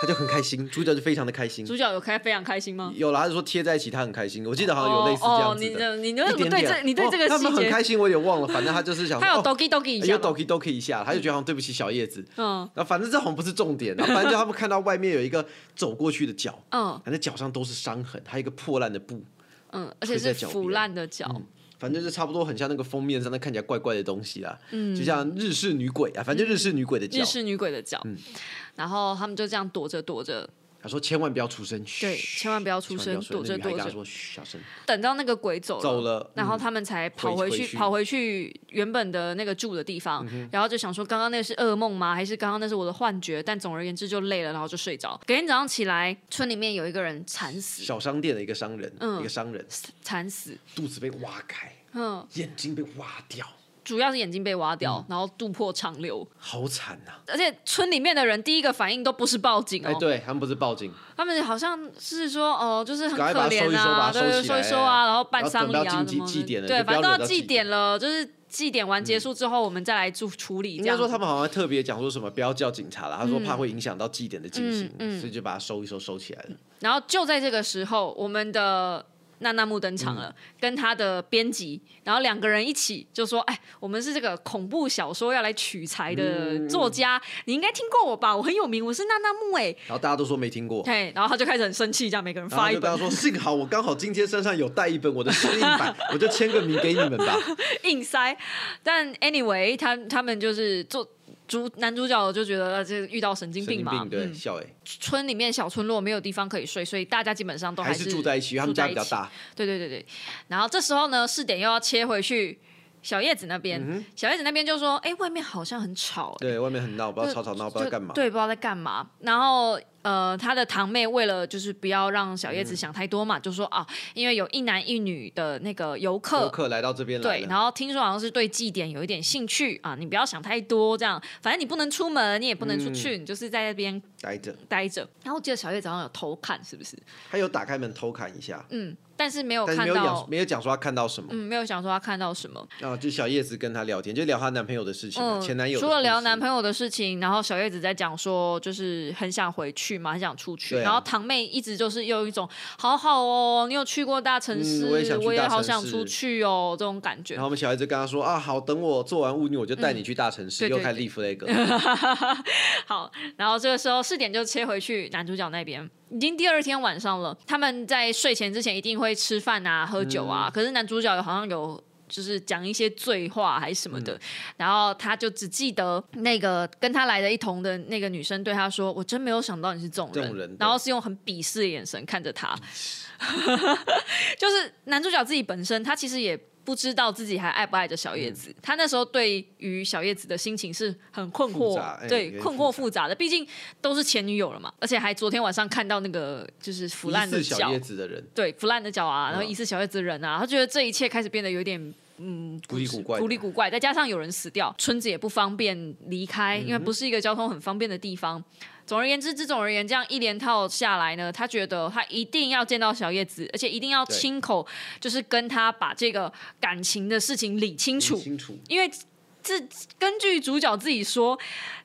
Speaker 2: 他就很开心，主角就非常的开心。
Speaker 1: 主角有开非常开心吗？
Speaker 2: 有啦，他就说贴在一起，他很开心。我记得好像有
Speaker 1: 哦
Speaker 2: 类似这
Speaker 1: 哦
Speaker 2: 样，
Speaker 1: 你
Speaker 2: 子的。
Speaker 1: 的你为
Speaker 2: 一
Speaker 1: 什么
Speaker 2: 点
Speaker 1: 对
Speaker 2: 点
Speaker 1: 这你对这
Speaker 2: 哦
Speaker 1: 个
Speaker 2: 他
Speaker 1: 细
Speaker 2: 们很
Speaker 1: 节，
Speaker 2: 开心，我有点忘了，反正他就是
Speaker 1: [laughs]
Speaker 2: 想说，
Speaker 1: 他有
Speaker 2: 哦
Speaker 1: doki doki 一
Speaker 2: 有
Speaker 1: 下吗，
Speaker 2: doki doki 一下，他就觉得好像对不起小叶子。
Speaker 1: 嗯
Speaker 2: 然后反正这好像不是重点，然后反正就他们看到外面有一个走过去的脚，
Speaker 1: 嗯
Speaker 2: 反正脚上都是伤痕，还有一个破烂的布，
Speaker 1: 嗯，而且
Speaker 2: 垂在
Speaker 1: 是
Speaker 2: 脚嗯
Speaker 1: 腐
Speaker 2: 边
Speaker 1: 烂的脚，
Speaker 2: 反正就差不多很像那个封面上那看起来怪怪的东西啦，嗯，就像日式女鬼啊，反正就日式女鬼的脚嗯
Speaker 1: 嗯日。式女鬼的脚。然后他们就这样躲着躲着，
Speaker 2: 他说千万不要出声，
Speaker 1: 对
Speaker 2: 嘘
Speaker 1: 千万不要
Speaker 2: 千
Speaker 1: 出
Speaker 2: 万
Speaker 1: 声
Speaker 2: 不要
Speaker 1: 躲着
Speaker 2: 那女孩
Speaker 1: 躲
Speaker 2: 跟他
Speaker 1: 着
Speaker 2: 说嘘小声，
Speaker 1: 等到那个鬼走了，
Speaker 2: 走了
Speaker 1: 然后
Speaker 2: 嗯
Speaker 1: 他们才跑回
Speaker 2: 回
Speaker 1: 去，
Speaker 2: 回去嗯
Speaker 1: 跑回去原本的那个住的地方，然后就想说刚刚那是噩梦吗？还是刚刚那是我的幻觉？但总而言之就累了，然后就睡着。隔天早上起来，村里面有一个人惨死，
Speaker 2: 小商店的一个商人，
Speaker 1: 嗯
Speaker 2: 一个商人
Speaker 1: 惨死，
Speaker 2: 肚子被挖开，
Speaker 1: 嗯，
Speaker 2: 眼睛被挖掉，
Speaker 1: 主要是眼睛被挖
Speaker 2: 嗯
Speaker 1: 掉，然后肚破肠流，
Speaker 2: 好惨呐、
Speaker 1: 而且村里面的人第一个反应都不是报警哦，
Speaker 2: 哎，对他们不是报警，
Speaker 1: 他们好像是说哦，就是很
Speaker 2: 赶快
Speaker 1: 可
Speaker 2: 把它收一
Speaker 1: 怜
Speaker 2: 收把
Speaker 1: 啊，
Speaker 2: 它
Speaker 1: 对，
Speaker 2: 收起来
Speaker 1: 收一收啊，然后办
Speaker 2: 然后
Speaker 1: 丧
Speaker 2: 等
Speaker 1: 礼
Speaker 2: 到禁
Speaker 1: 啊什么
Speaker 2: 忌
Speaker 1: 的
Speaker 2: 祭典了
Speaker 1: 对，
Speaker 2: 就不要
Speaker 1: 反正都
Speaker 2: 惹到
Speaker 1: 祭
Speaker 2: 祭典
Speaker 1: 典了，就是祭典完结束之后，我们再来做处理。
Speaker 2: 应
Speaker 1: 这
Speaker 2: 该
Speaker 1: 样
Speaker 2: 说
Speaker 1: 子嗯
Speaker 2: 他们好像特别讲说什么不要叫警察了，他说怕会影响到祭典的进行，
Speaker 1: 嗯嗯嗯
Speaker 2: 所以就把它收一收收起来了。
Speaker 1: 然后就在这个时候，我们的娜娜木登场了，
Speaker 2: 嗯
Speaker 1: 跟他的编辑，然后两个人一起就说：“哎，我们是这个恐怖小说要来取材的
Speaker 2: 嗯
Speaker 1: 作家，你应该听过我吧？我很有名，我是娜娜木哎。
Speaker 2: 然后大家都说没听”过，
Speaker 1: 嘿，然后他就开始很生气，这样每个人
Speaker 2: 然后
Speaker 1: 发一
Speaker 2: 就跟他
Speaker 1: 本，
Speaker 2: 说幸好我刚好今天身上有带一本我的适应
Speaker 1: [laughs]
Speaker 2: 版，我就签个名给你们吧。
Speaker 1: 硬塞。但 anyway，他他们就是做主男主角就觉得呃这遇到神经
Speaker 2: 神
Speaker 1: 病
Speaker 2: 经
Speaker 1: 嘛，
Speaker 2: 病对
Speaker 1: 嗯
Speaker 2: 笑哎，
Speaker 1: 村里面小村落没有地方可以睡，所以大家基本上都
Speaker 2: 还
Speaker 1: 是
Speaker 2: 是住在一起，因为他们
Speaker 1: 住在
Speaker 2: 家比较
Speaker 1: 一起
Speaker 2: 大，
Speaker 1: 对对对对，然后这时候呢，试点又要切回去小叶子那边，小叶子那边就说：“哎，外面好像很吵、欸，
Speaker 2: 嗯对，外面很闹，不知道
Speaker 1: 就
Speaker 2: 吵吵闹，不知道
Speaker 1: 就
Speaker 2: 干嘛。
Speaker 1: 对，不知道在干嘛。然后呃，他的堂妹为了就是不要让小叶子
Speaker 2: 嗯
Speaker 1: 想太多嘛，就说啊，因为有一男一女的那个游
Speaker 2: 游
Speaker 1: 客。”
Speaker 2: 客来到这边来
Speaker 1: 对，
Speaker 2: 了，
Speaker 1: 然后听说好像是对祭典有一点兴趣啊，你不要想太多，这样，反正你不能出门，你也不能
Speaker 2: 嗯
Speaker 1: 出去，你就是在那边
Speaker 2: 待着，
Speaker 1: 待着。然后我记得小叶子好像有偷看，是不是？
Speaker 2: 他有打开门偷看一下，
Speaker 1: 嗯，但是没有
Speaker 2: 但是没
Speaker 1: 看
Speaker 2: 有
Speaker 1: 到
Speaker 2: 讲，没有讲说他看到什么。
Speaker 1: 嗯，没有想说他看到什么。
Speaker 2: 然后就小叶子跟他聊天，就聊她男朋友的事情啊，前男友的
Speaker 1: 嗯除了聊
Speaker 2: 故事
Speaker 1: 男朋友的事情，然后小叶子在讲说，就是很想回去嘛，很想出去。
Speaker 2: 对啊
Speaker 1: 然后堂妹一直就是有一种好好哦，你有去过大城市，
Speaker 2: 嗯我也想去大城市
Speaker 1: 好想出去哦，这种感觉
Speaker 2: 然后。我们小孩子跟他说啊，好，等我做完物女，我就带你去大城市，
Speaker 1: 嗯对对
Speaker 2: 又看
Speaker 1: 对
Speaker 2: 立 flag。
Speaker 1: [laughs] 好，然后这个时候四点就切回去男主角那边，已经第二天晚上了。他们在睡前之前一定会吃饭啊、喝酒
Speaker 2: 嗯
Speaker 1: 啊，可是男主角好像有。就是讲一些醉话还是什么
Speaker 2: 嗯
Speaker 1: 的，然后他就只记得那个跟他来的一同的那个女生对他说：“我真没有想到你是这种人。”
Speaker 2: 这种人对
Speaker 1: 然后是用很鄙视的眼神看着他，就是男主角自己本身，他其实也不知道自己还爱不爱着小叶
Speaker 2: 嗯
Speaker 1: 子。他那时候对于小叶子的心情是很困
Speaker 2: 复
Speaker 1: 惑，
Speaker 2: 杂哎有
Speaker 1: 对
Speaker 2: 点
Speaker 1: 困
Speaker 2: 复
Speaker 1: 惑
Speaker 2: 杂
Speaker 1: 复杂的，毕竟都是前女友了嘛，而且还昨天晚上看到那个就是 [laughs] 腐烂的
Speaker 2: 疑似小
Speaker 1: 脚
Speaker 2: 叶，子的人，
Speaker 1: 对腐烂的脚啊，然后
Speaker 2: 嗯
Speaker 1: 疑似小叶子的人啊，他觉得这一切开始变得有点。嗯，
Speaker 2: 古里古怪的
Speaker 1: 古里古怪，再加上有人死掉，村子也不方便离开，
Speaker 2: 嗯
Speaker 1: 因为不是一个交通很方便的地方。总而言之，这种而言，这样一连套下来呢，他觉得他一定要见到小叶子，而且一定要
Speaker 2: 对
Speaker 1: 亲口，就是跟他把这个感情的事情理清楚。
Speaker 2: 清楚，
Speaker 1: 因为这根据主角自己说，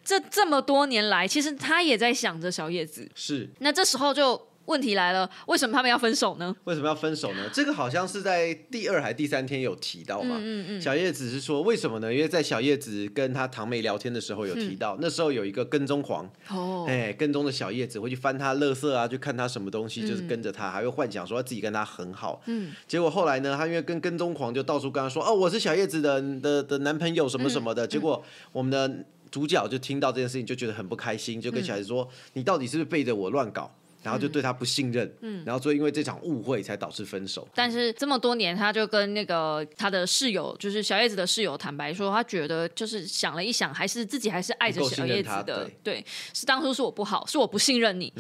Speaker 1: 这这么多年来，其实他也在想着小叶子。
Speaker 2: 是
Speaker 1: 那这时候就问题来了，为什么他们要分手呢？
Speaker 2: [laughs] 为什么要分手呢？这个好像是在第二还第三天有提到嘛。小叶子是说为什么呢？因为在小叶子跟她堂妹聊天的时候有提到，那时候有一个跟踪狂，
Speaker 1: 哦
Speaker 2: 哎、跟踪的小叶子会去翻她垃圾啊，去看她什么东西，就是跟着她，还会幻想说自己跟她很好。嗯，结果后来呢，她因为跟跟踪狂就到处跟她说，哦，我是小叶子的的的男朋友什么什么的。结果我们的主角就听到这件事情，就觉得很不开心，就跟小叶子说，你到底是不是背着我乱
Speaker 1: 嗯
Speaker 2: 搞？然后就对她不信任，嗯，然后所以因为这场误会才导致分手。
Speaker 1: 但是这么多年，他就跟那个他的室友，就是小叶子的室友坦白说，他觉得就是想了一想，还是自己还是爱着小叶子
Speaker 2: 不够信任
Speaker 1: 的
Speaker 2: 他，
Speaker 1: 对嗯是当初是我不好，是我不信任你，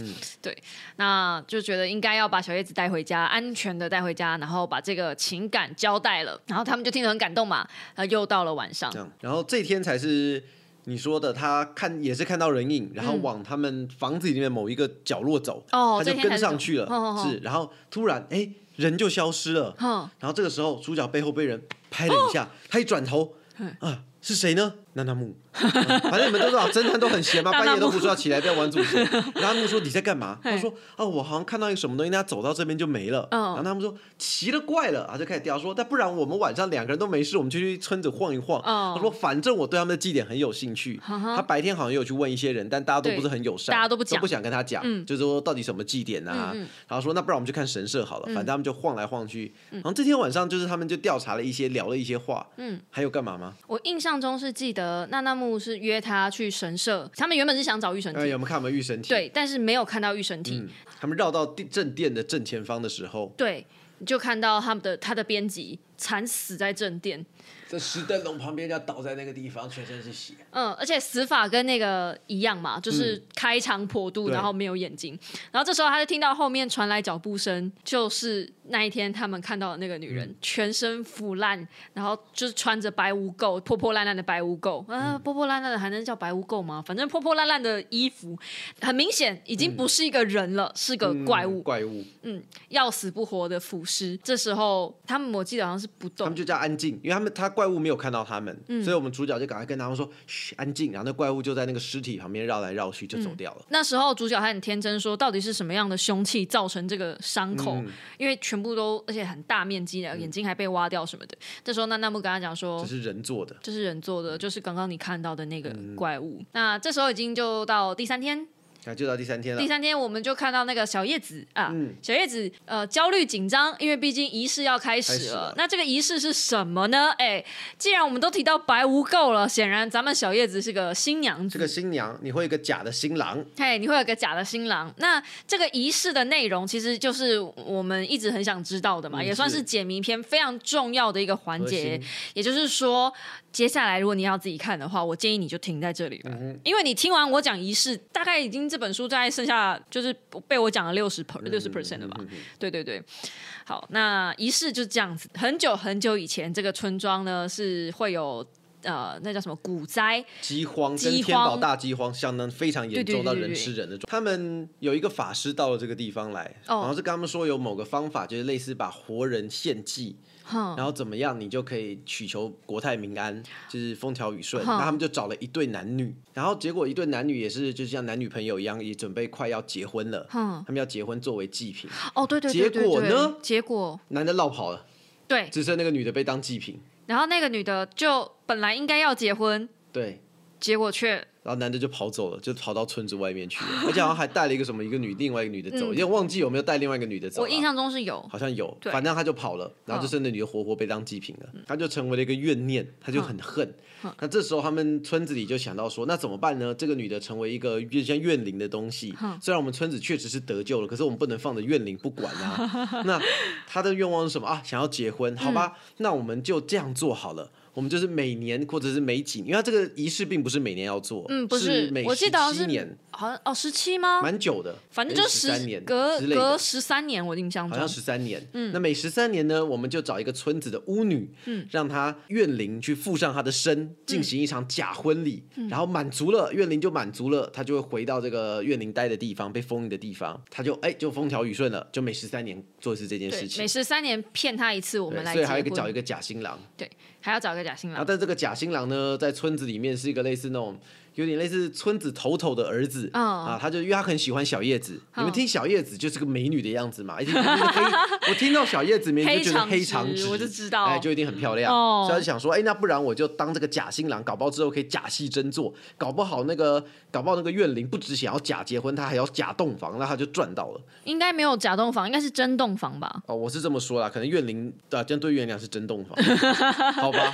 Speaker 1: 对，那就觉得应该要把小叶子带回家，安全的带回家，然后把这个情感交代了，然后他们就听得很感动嘛，然后又到了晚上
Speaker 2: 这，样，然后这天才是你说的，他看也是看到人
Speaker 1: 嗯
Speaker 2: 影，然后往他们房子里面某一个角落走，
Speaker 1: 哦
Speaker 2: 他
Speaker 1: 这
Speaker 2: 就
Speaker 1: 天才
Speaker 2: 跟
Speaker 1: 是
Speaker 2: 上去了，
Speaker 1: 走哦哦哦
Speaker 2: 是，然后突然哎人就消失了，
Speaker 1: 哼，
Speaker 2: 然后这个时候主角背后被人拍了
Speaker 1: 哦
Speaker 2: 一下，他一转头，
Speaker 1: 嗯
Speaker 2: 啊是谁呢？娜娜木， [laughs] 啊反正你们都知道侦探都很闲嘛，
Speaker 1: 娜娜木
Speaker 2: 半夜都不知道起来不要玩主
Speaker 1: [laughs]
Speaker 2: 持。娜娜木说你在干嘛？他说哦我好像看到一个什么东西，那走到这边就没了。
Speaker 1: 嗯
Speaker 2: 然后他们说奇了怪了，啊就开始调说，那不然我们晚上两个人都没事，我们就去村子晃一晃。
Speaker 1: 嗯
Speaker 2: 他说反正我对他们的祭典很有兴趣，他白天好像也有去问一些人，但大家都
Speaker 1: 对
Speaker 2: 不是很友善，
Speaker 1: 大家都不讲嗯
Speaker 2: 想跟他讲，就是说到底什么祭典啊，然后说那不然我们去看神社好了，反正他们就晃来晃去。
Speaker 1: 嗯
Speaker 2: 然后这天晚上就是他们就调查了一些，聊了一些话，嗯，还有干嘛吗？
Speaker 1: 我印象中是记得娜娜木是约他去神社，他们原本是想找御神
Speaker 2: 哎，
Speaker 1: 体，
Speaker 2: 有没有看我们御神体？，
Speaker 1: 对，但是没有看到御神体，
Speaker 2: 嗯，他们绕到地正殿的正前方的时候，
Speaker 1: 对，你就看到他们的他的编辑惨死在正殿，
Speaker 2: 这石灯笼旁边要倒在那个地方，全身是血。
Speaker 1: 嗯，而且死法跟那个一样嘛，就是开肠破肚，
Speaker 2: 对
Speaker 1: 然后没有眼睛。然后这时候他就听到后面传来脚步声，就是那一天他们看到的那个女人、全身腐烂，然后就是穿着白污垢，破破烂烂的白污垢，啊，破破烂烂的还能叫白污垢吗？反正破破烂烂的衣服，很明显已经不是一个人了，是个怪物，
Speaker 2: 嗯怪物，
Speaker 1: 嗯，要死不活的腐尸。这时候他们我记得好像是不
Speaker 2: 他
Speaker 1: 动
Speaker 2: 们，就叫安静，因为他们他怪物没有看到他们，
Speaker 1: 嗯
Speaker 2: 所以我们主角就赶快跟他们说嘘安静，然后那怪物就在那个尸体旁边绕来绕去就
Speaker 1: 嗯
Speaker 2: 走掉了。
Speaker 1: 那时候主角还很天真说，到底是什么样的凶器造成这个伤口？
Speaker 2: 嗯
Speaker 1: 因为全部都而且很大面积的，眼睛还被挖掉什么的。这时候那那木跟他讲说
Speaker 2: 这。嗯是嗯人做的，
Speaker 1: 这是人做的，就是刚刚你看到的那个怪物。
Speaker 2: 嗯
Speaker 1: 那这时候已经就到第三天，
Speaker 2: 那就到第三天了嗯
Speaker 1: 第。三天我们就看到那个小叶子啊，小叶子呃焦虑紧张，因为毕竟仪式要开始了。
Speaker 2: 开始了
Speaker 1: 那这个仪式是什么呢？哎，既然我们都提到白无垢了，显然咱们小叶子是个新娘
Speaker 2: 这
Speaker 1: 子
Speaker 2: 个，新娘，你会有一个假的新郎，
Speaker 1: 嘿，你会有个假的新郎。那这个仪式的内容，其实就是我们一直很想知道的嘛，
Speaker 2: 嗯
Speaker 1: 也算是
Speaker 2: 是
Speaker 1: 解谜篇非常重要的一个环节
Speaker 2: 核心。
Speaker 1: 也就是说，接下来如果你要自己看的话，我建议你就停在这里了，
Speaker 2: 嗯
Speaker 1: 因为你听完我讲仪式，大概已经这本书大概剩下就是被我讲了六十
Speaker 2: 嗯
Speaker 1: 六十 percent 了吧。对对对，好，那仪式就这样子。很久很久以前，这个村庄呢是会有呃，那叫什么股灾，
Speaker 2: 饥荒跟
Speaker 1: 饥
Speaker 2: 天保
Speaker 1: 荒
Speaker 2: 大饥荒相当非常严
Speaker 1: 对对
Speaker 2: 重，到
Speaker 1: 对对
Speaker 2: 人吃人的状态。他们有一个法师到了这个地方来，
Speaker 1: 哦
Speaker 2: 然后是跟他们说有某个方法，就是类似把活人献祭，
Speaker 1: 哼，
Speaker 2: 然后怎么样你就可以祈求国泰民安，就是风调雨顺。
Speaker 1: 哼
Speaker 2: 那他们就找了一对男女，然后结果一对男女也是就像男女朋友一样，也准备快要结婚了，
Speaker 1: 哼
Speaker 2: 他们要结婚作为祭品，
Speaker 1: 哦，对对对对
Speaker 2: 结果
Speaker 1: 对
Speaker 2: 呢
Speaker 1: 结果
Speaker 2: 男的落跑了，
Speaker 1: 对，
Speaker 2: 只剩那个女的被当祭品，
Speaker 1: 然后那个女的就本来应该要结婚，
Speaker 2: 对。
Speaker 1: 结果却
Speaker 2: 然后男的就跑走了，就跑到村子外面去了，而且好像还带了一个什么一个女，另外一个女的走，有点忘记有没有带另外一个女的走了。
Speaker 1: 嗯我印象中是有，
Speaker 2: 好像有，
Speaker 1: 对嗯
Speaker 2: 反正他就跑了，然后就剩那女的活活被当祭品了，他就成为了一个怨念，他就很恨。那这时候他们村子里就想到说，那怎么办呢？这个女的成为一个就像怨灵的东西，
Speaker 1: 嗯
Speaker 2: 虽然我们村子确实是得救了，可是我们不能放着怨灵不管啊。
Speaker 1: [laughs]
Speaker 2: 那她的愿望是什么啊？想要结婚，好
Speaker 1: 嗯
Speaker 2: 吧，那我们就这样做好了。我们就是每年或者是每几年，因为它这个仪式并不是每年要做，
Speaker 1: 嗯，不
Speaker 2: 是
Speaker 1: 是，
Speaker 2: 每
Speaker 1: 我记得好像
Speaker 2: 17
Speaker 1: 是
Speaker 2: 年，
Speaker 1: 好像哦十七吗？
Speaker 2: 蛮久的，哎
Speaker 1: 反正就
Speaker 2: 十三年
Speaker 1: 隔
Speaker 2: 之类的
Speaker 1: 隔十三年，我印象
Speaker 2: 好
Speaker 1: 中
Speaker 2: 像十三年。
Speaker 1: 嗯
Speaker 2: 那每十三年呢，我们就找一个村子的巫女，让她怨灵去附上她的
Speaker 1: 嗯
Speaker 2: 身，进行一场假婚礼，然后满足了怨灵就满足了，她就会回到这个怨灵待的地方，被封印的地方，她就哎、就风调雨顺了，就每十三年做一次这件事
Speaker 1: 对，每
Speaker 2: 情。
Speaker 1: 十三年骗他一次，我
Speaker 2: 对
Speaker 1: 们来
Speaker 2: 所
Speaker 1: 结
Speaker 2: 以还有一个
Speaker 1: 婚，
Speaker 2: 找一个假新郎，
Speaker 1: 对，还要找一个假新
Speaker 2: 然后
Speaker 1: 郎，
Speaker 2: 啊但这个假新郎呢，在村子里面是一个类似那种有点类似村子头头的儿子、
Speaker 1: 嗯
Speaker 2: 啊，他就因为他很喜欢小叶子，你
Speaker 1: 嗯
Speaker 2: 们听小叶子就是个美女的样子嘛，一听黑我听到小叶子名字就觉得黑
Speaker 1: 黑
Speaker 2: 长
Speaker 1: 长直
Speaker 2: 直，
Speaker 1: 我就知道
Speaker 2: 哎，就一定很漂亮，
Speaker 1: 哦
Speaker 2: 所以他就想说，哎，那不然我就当这个假新郎，搞不好之后可以假戏真做，搞不好那个搞不好那个怨灵不只想要假结婚，他还要假洞房，那他就赚到了
Speaker 1: 应该没有假洞房，应该是真洞房吧？
Speaker 2: 哦，我是这么说啦，可能怨灵啊，这样对怨灵是真洞房， [laughs] 好吧，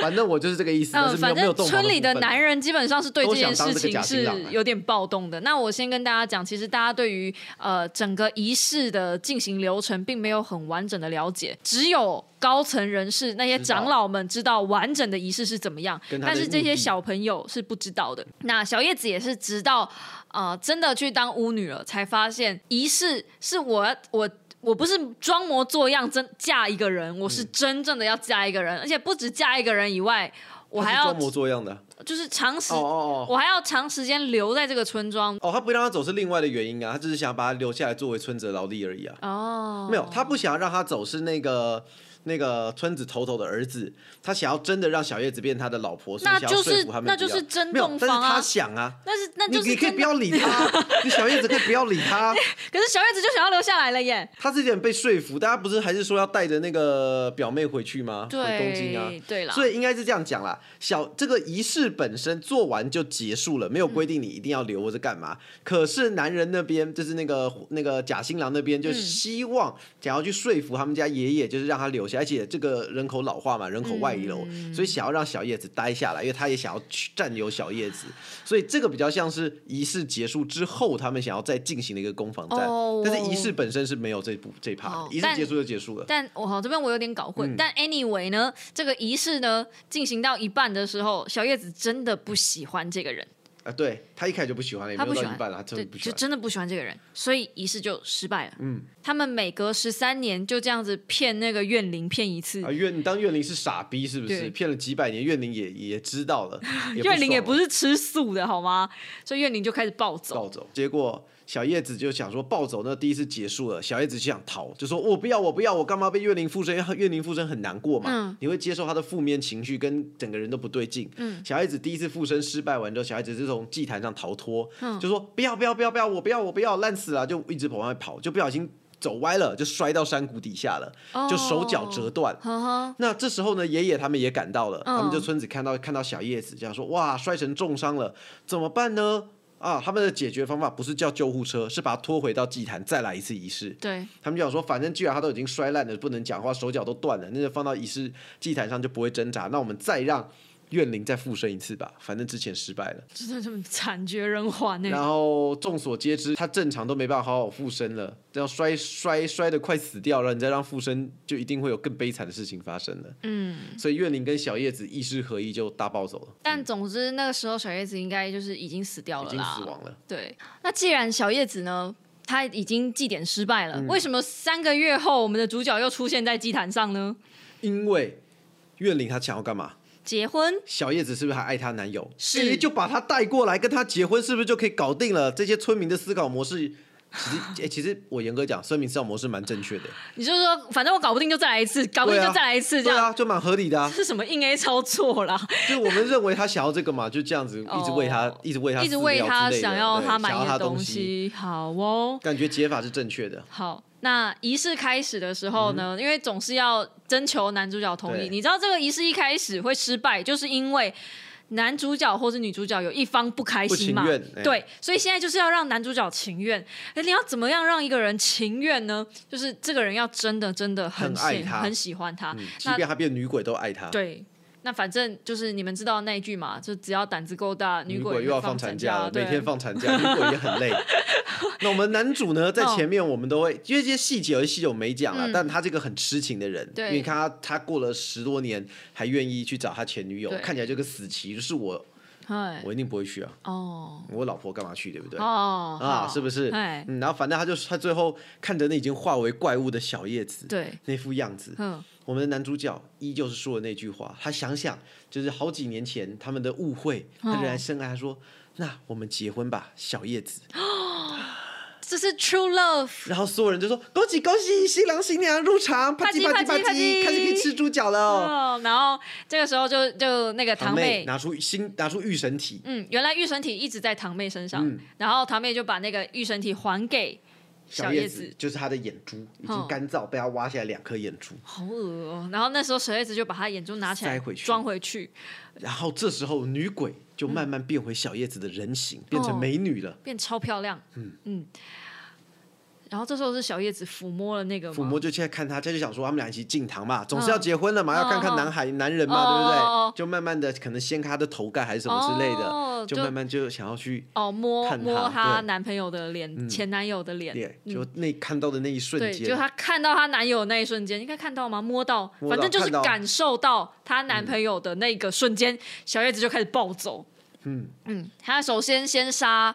Speaker 2: 反正我就是这个意思，但
Speaker 1: 嗯，
Speaker 2: 是没有
Speaker 1: 反
Speaker 2: 没有
Speaker 1: 正
Speaker 2: 洞房
Speaker 1: 村里
Speaker 2: 的
Speaker 1: 的
Speaker 2: 部分
Speaker 1: 男人基本上是对这件
Speaker 2: 都想
Speaker 1: 事
Speaker 2: 当这个
Speaker 1: 情
Speaker 2: 假新
Speaker 1: 是
Speaker 2: 郎啊
Speaker 1: 有点暴动的。那我先跟大家讲，其实大家对于呃整个仪式的进行流程并没有很完整的了解，只有高层人士那些
Speaker 2: 知道
Speaker 1: 长老们知道完整的仪式是怎么样，
Speaker 2: 跟他的
Speaker 1: 但是这
Speaker 2: 目
Speaker 1: 些
Speaker 2: 的
Speaker 1: 小朋友是不知道的。那小叶子也是直到呃真的去当巫女了，才发现仪式是我我。我不是装模作样真嫁一个人，我是真正的要嫁一个人，而且不止嫁一个人以外，我还
Speaker 2: 他是
Speaker 1: 要
Speaker 2: 装模作样的。
Speaker 1: 就是长时，
Speaker 2: 哦哦哦。
Speaker 1: 我还要长时间留在这个村庄。
Speaker 2: 哦，他不让他走是另外的原因啊，他只是想把他留下来作为村子的劳力而已啊。
Speaker 1: 哦，
Speaker 2: 没有，他不想让他走是那个那个村子头头的儿子，他想要真的让小叶子变他的老婆，所以
Speaker 1: 那
Speaker 2: 想要
Speaker 1: 就
Speaker 2: 说
Speaker 1: 是
Speaker 2: 服他们
Speaker 1: 那
Speaker 2: 不要
Speaker 1: 就是真
Speaker 2: 没有
Speaker 1: 洞，
Speaker 2: 但是
Speaker 1: 房啊
Speaker 2: 他想啊，
Speaker 1: 但是那
Speaker 2: 你
Speaker 1: 就是
Speaker 2: 你可以
Speaker 1: 真
Speaker 2: 不
Speaker 1: 的
Speaker 2: 要理他
Speaker 1: [laughs]
Speaker 2: 啊，你小叶子可以不要理他啊，
Speaker 1: 可是小叶子就想要留下来了耶。
Speaker 2: 他是有点被说服，大家不是还是说要带着那个表妹回去吗？回东京啊。
Speaker 1: 对，对啦，
Speaker 2: 所以应该是这样讲啦，小这个仪式本身做完就结束了，没有规定你一定要留或者干嘛。可是男人那边就是那个那个假新郎那边，就
Speaker 1: 嗯
Speaker 2: 希望想要去说服他们家爷爷，就是让他留下，而且这个人口老化嘛，人口外移了，
Speaker 1: 嗯
Speaker 2: 所以想要让小叶子待下来，因为他也想要去占有小叶子，所以这个比较像是仪式结束之后，他们想要再进行的一个攻防战。
Speaker 1: 哦
Speaker 2: 但是仪式本身是没有这部这一
Speaker 1: 好
Speaker 2: 趴，仪式
Speaker 1: 但
Speaker 2: 结束就结束了。
Speaker 1: 但我好这边我有点搞
Speaker 2: 嗯
Speaker 1: 混。但 anyway 呢，这个仪式呢进行到一半的时候，小叶子真的不喜欢这个人，
Speaker 2: 啊，对他一开始就不喜欢了，也
Speaker 1: 他
Speaker 2: 没
Speaker 1: 不
Speaker 2: 有
Speaker 1: 喜
Speaker 2: 到
Speaker 1: 欢
Speaker 2: 一半了，他真
Speaker 1: 对，
Speaker 2: 的不喜
Speaker 1: 就
Speaker 2: 欢。
Speaker 1: 真的不喜欢这个人，所以仪式就失败了。
Speaker 2: 嗯，
Speaker 1: 他们每隔十三年就这样子骗那个怨灵骗一次，
Speaker 2: 啊，怨你当怨灵是傻逼是不是？
Speaker 1: 对
Speaker 2: 骗了几百年，怨灵也也知道了，
Speaker 1: [laughs] 怨灵也不
Speaker 2: 是
Speaker 1: 是吃素的好吗？所以怨灵就开始暴走。
Speaker 2: 暴走。结果小叶子就想说暴走，那第一次结束了，小叶子就想逃，就说我不要，我不要，我干嘛被怨灵附身？因为怨灵附身很难过嘛，
Speaker 1: 嗯
Speaker 2: 你会接受他的负面情绪，跟整个人都不对劲。
Speaker 1: 嗯
Speaker 2: 小叶子第一次附身失败完之后，小叶子就从祭坛上逃脱，
Speaker 1: 嗯
Speaker 2: 就说不要不要不要不要，我不要我不要，烂死了，就一直往外跑，就不小心走歪了，就摔到山谷底下了，
Speaker 1: 哦
Speaker 2: 就手脚折断。
Speaker 1: 呵呵，
Speaker 2: 那这时候呢，爷爷他们也赶到了，
Speaker 1: 嗯
Speaker 2: 他们就村子看到看到小叶子，这样说：哇，摔成重伤了，怎么办呢？啊，他们的解决方法不是叫救护车，是把他拖回到祭坛，再来一次仪式。
Speaker 1: 对，
Speaker 2: 他们就想说，反正既然他都已经摔烂了，不能讲话，手脚都断了，那就放到仪式祭坛上就不会挣扎。那我们再让怨灵再附身一次吧，反正之前失败了。
Speaker 1: 真的这么惨绝人寰欸嗯呢、
Speaker 2: 然后众所皆知，他正常都没办法好好附身了，要摔摔摔的快死掉了，你再让附身，就一定会有更悲惨的事情发生了。
Speaker 1: 嗯，
Speaker 2: 所以怨灵跟小叶子意识合一就大暴走了，
Speaker 1: 但总之那个时候小叶子应该就是已经死掉
Speaker 2: 已
Speaker 1: 了
Speaker 2: 经
Speaker 1: 啦。
Speaker 2: 死亡了。
Speaker 1: 对，那既然小叶子呢，她已经祭典失败了，
Speaker 2: 嗯
Speaker 1: 为什么三个月后我们的主角又出现在祭坛上呢？
Speaker 2: 因为怨灵她想要干嘛？
Speaker 1: 结婚，
Speaker 2: 小叶子是不是还爱她男友？
Speaker 1: 是
Speaker 2: 诶就把她带过来跟她结婚，是不是就可以搞定了？这些村民的思考模式，其实，诶其实我严格讲，村民思考模式蛮正确
Speaker 1: [laughs]
Speaker 2: 的，
Speaker 1: 你就说反正我搞不定就再来一次，搞不定
Speaker 2: 对啊
Speaker 1: 就再来一次，这
Speaker 2: 对
Speaker 1: 样、
Speaker 2: 啊，就蛮合理的啊。
Speaker 1: 是什么硬 A 操作啦？
Speaker 2: 就我们认为她想要这个嘛，就这样子一直喂她，
Speaker 1: 哦
Speaker 2: 一直喂她饲料之类的，
Speaker 1: [laughs] 一直为他想要
Speaker 2: 啊对
Speaker 1: 他
Speaker 2: 想
Speaker 1: 满
Speaker 2: 要
Speaker 1: 意
Speaker 2: 她
Speaker 1: 的
Speaker 2: 东
Speaker 1: 东。西。好哦，
Speaker 2: 感觉解法是正确的，
Speaker 1: 好。那仪式开始的时候呢，因为总是要征求男主角同
Speaker 2: 嗯对
Speaker 1: 意。你知道这个仪式一开始会失败，就是因为男主角或是女主角有一方不开心嘛
Speaker 2: 不情愿哎。
Speaker 1: 对，所以现在就是要让男主角情愿。哎，你要怎么样让一个人情愿呢？就是这个人要真的真的很
Speaker 2: 很爱
Speaker 1: 喜
Speaker 2: 他
Speaker 1: 很喜欢他。
Speaker 2: 嗯，即
Speaker 1: 那
Speaker 2: 便她变女鬼都爱她。
Speaker 1: 对，那反正就是你们知道那一句嘛，就只要胆子够大，
Speaker 2: 女
Speaker 1: 鬼
Speaker 2: 鬼又要
Speaker 1: 放
Speaker 2: 放
Speaker 1: 产
Speaker 2: 产假了，
Speaker 1: 对
Speaker 2: 每天放产假，女鬼也很
Speaker 1: [laughs]
Speaker 2: 累。那我们男主呢，在前面我们都会，因为这些细节有些细节我们没讲了，
Speaker 1: 嗯
Speaker 2: 但他这个很痴情的人，
Speaker 1: 对
Speaker 2: 因为你看他他过了十多年还愿意去找他前女友
Speaker 1: 对，
Speaker 2: 看起来就跟死棋，就是我
Speaker 1: 嗨
Speaker 2: 我一定不会去啊，
Speaker 1: 哦
Speaker 2: 我老婆干嘛去，对不对？
Speaker 1: 哦
Speaker 2: 啊，
Speaker 1: 好
Speaker 2: 是不是？
Speaker 1: 哎，
Speaker 2: 嗯，然后反正他就他最后看着那已经化为怪物的小叶子，
Speaker 1: 对，
Speaker 2: 那副样子，
Speaker 1: 嗯，
Speaker 2: 我们的男主角依旧是说的那句话，他想想，就是好几年前他们的误会，
Speaker 1: 哦
Speaker 2: 他仍然深爱。他说：“那我们结婚吧，小叶子。
Speaker 1: 这是 true love，”
Speaker 2: 然后所有人就说：“恭喜恭喜，新郎新娘入场，啪叽
Speaker 1: 啪
Speaker 2: 啪
Speaker 1: 叽
Speaker 2: 叽啪
Speaker 1: 啪
Speaker 2: 叽，
Speaker 1: 叽
Speaker 2: 开始可以吃猪脚了哦。
Speaker 1: 哦，然后这个时候就就那个堂
Speaker 2: 堂
Speaker 1: 妹。
Speaker 2: 拿出新拿出御神体，
Speaker 1: 嗯，原来御神体一直在堂妹身上，
Speaker 2: 嗯
Speaker 1: 然后堂妹就把那个御神体还给
Speaker 2: 小
Speaker 1: 小
Speaker 2: 叶
Speaker 1: 叶
Speaker 2: 子
Speaker 1: 子，
Speaker 2: 就是他的眼珠已
Speaker 1: 哦
Speaker 2: 经干燥，被他挖下来两颗眼珠。
Speaker 1: 好恶哦、然后那时候小叶子就把她眼珠拿起来
Speaker 2: 塞回去
Speaker 1: 装回去，
Speaker 2: 然后这时候女鬼就慢慢变回小叶子的人形，变成
Speaker 1: 哦
Speaker 2: 美女了。
Speaker 1: 变超漂亮。嗯然后这时候是小叶子抚摸了那个吗嗯
Speaker 2: 抚摸就现在看他，他就想说他们俩一起进堂嘛，总是要结婚了嘛，要看看
Speaker 1: 嗯嗯
Speaker 2: 男孩、男人
Speaker 1: 哦
Speaker 2: 嘛，对不
Speaker 1: 哦哦
Speaker 2: 对？就慢慢的可能掀开他的头盖还是什么之类
Speaker 1: 哦
Speaker 2: 的，就
Speaker 1: 就
Speaker 2: 慢慢就想要去
Speaker 1: 哦，摸
Speaker 2: 看她
Speaker 1: 摸她
Speaker 2: 对
Speaker 1: 男朋友的脸，前男友的脸，
Speaker 2: 脸，就那看到的那一瞬
Speaker 1: 嗯对，就
Speaker 2: 间，
Speaker 1: 她看到她男友那一瞬间，应该看到吗？摸到，
Speaker 2: 摸到
Speaker 1: 反正就是
Speaker 2: 看到
Speaker 1: 感受到她男朋友的那个瞬间，小叶子就开始暴走。
Speaker 2: 嗯
Speaker 1: 嗯，她首先先杀，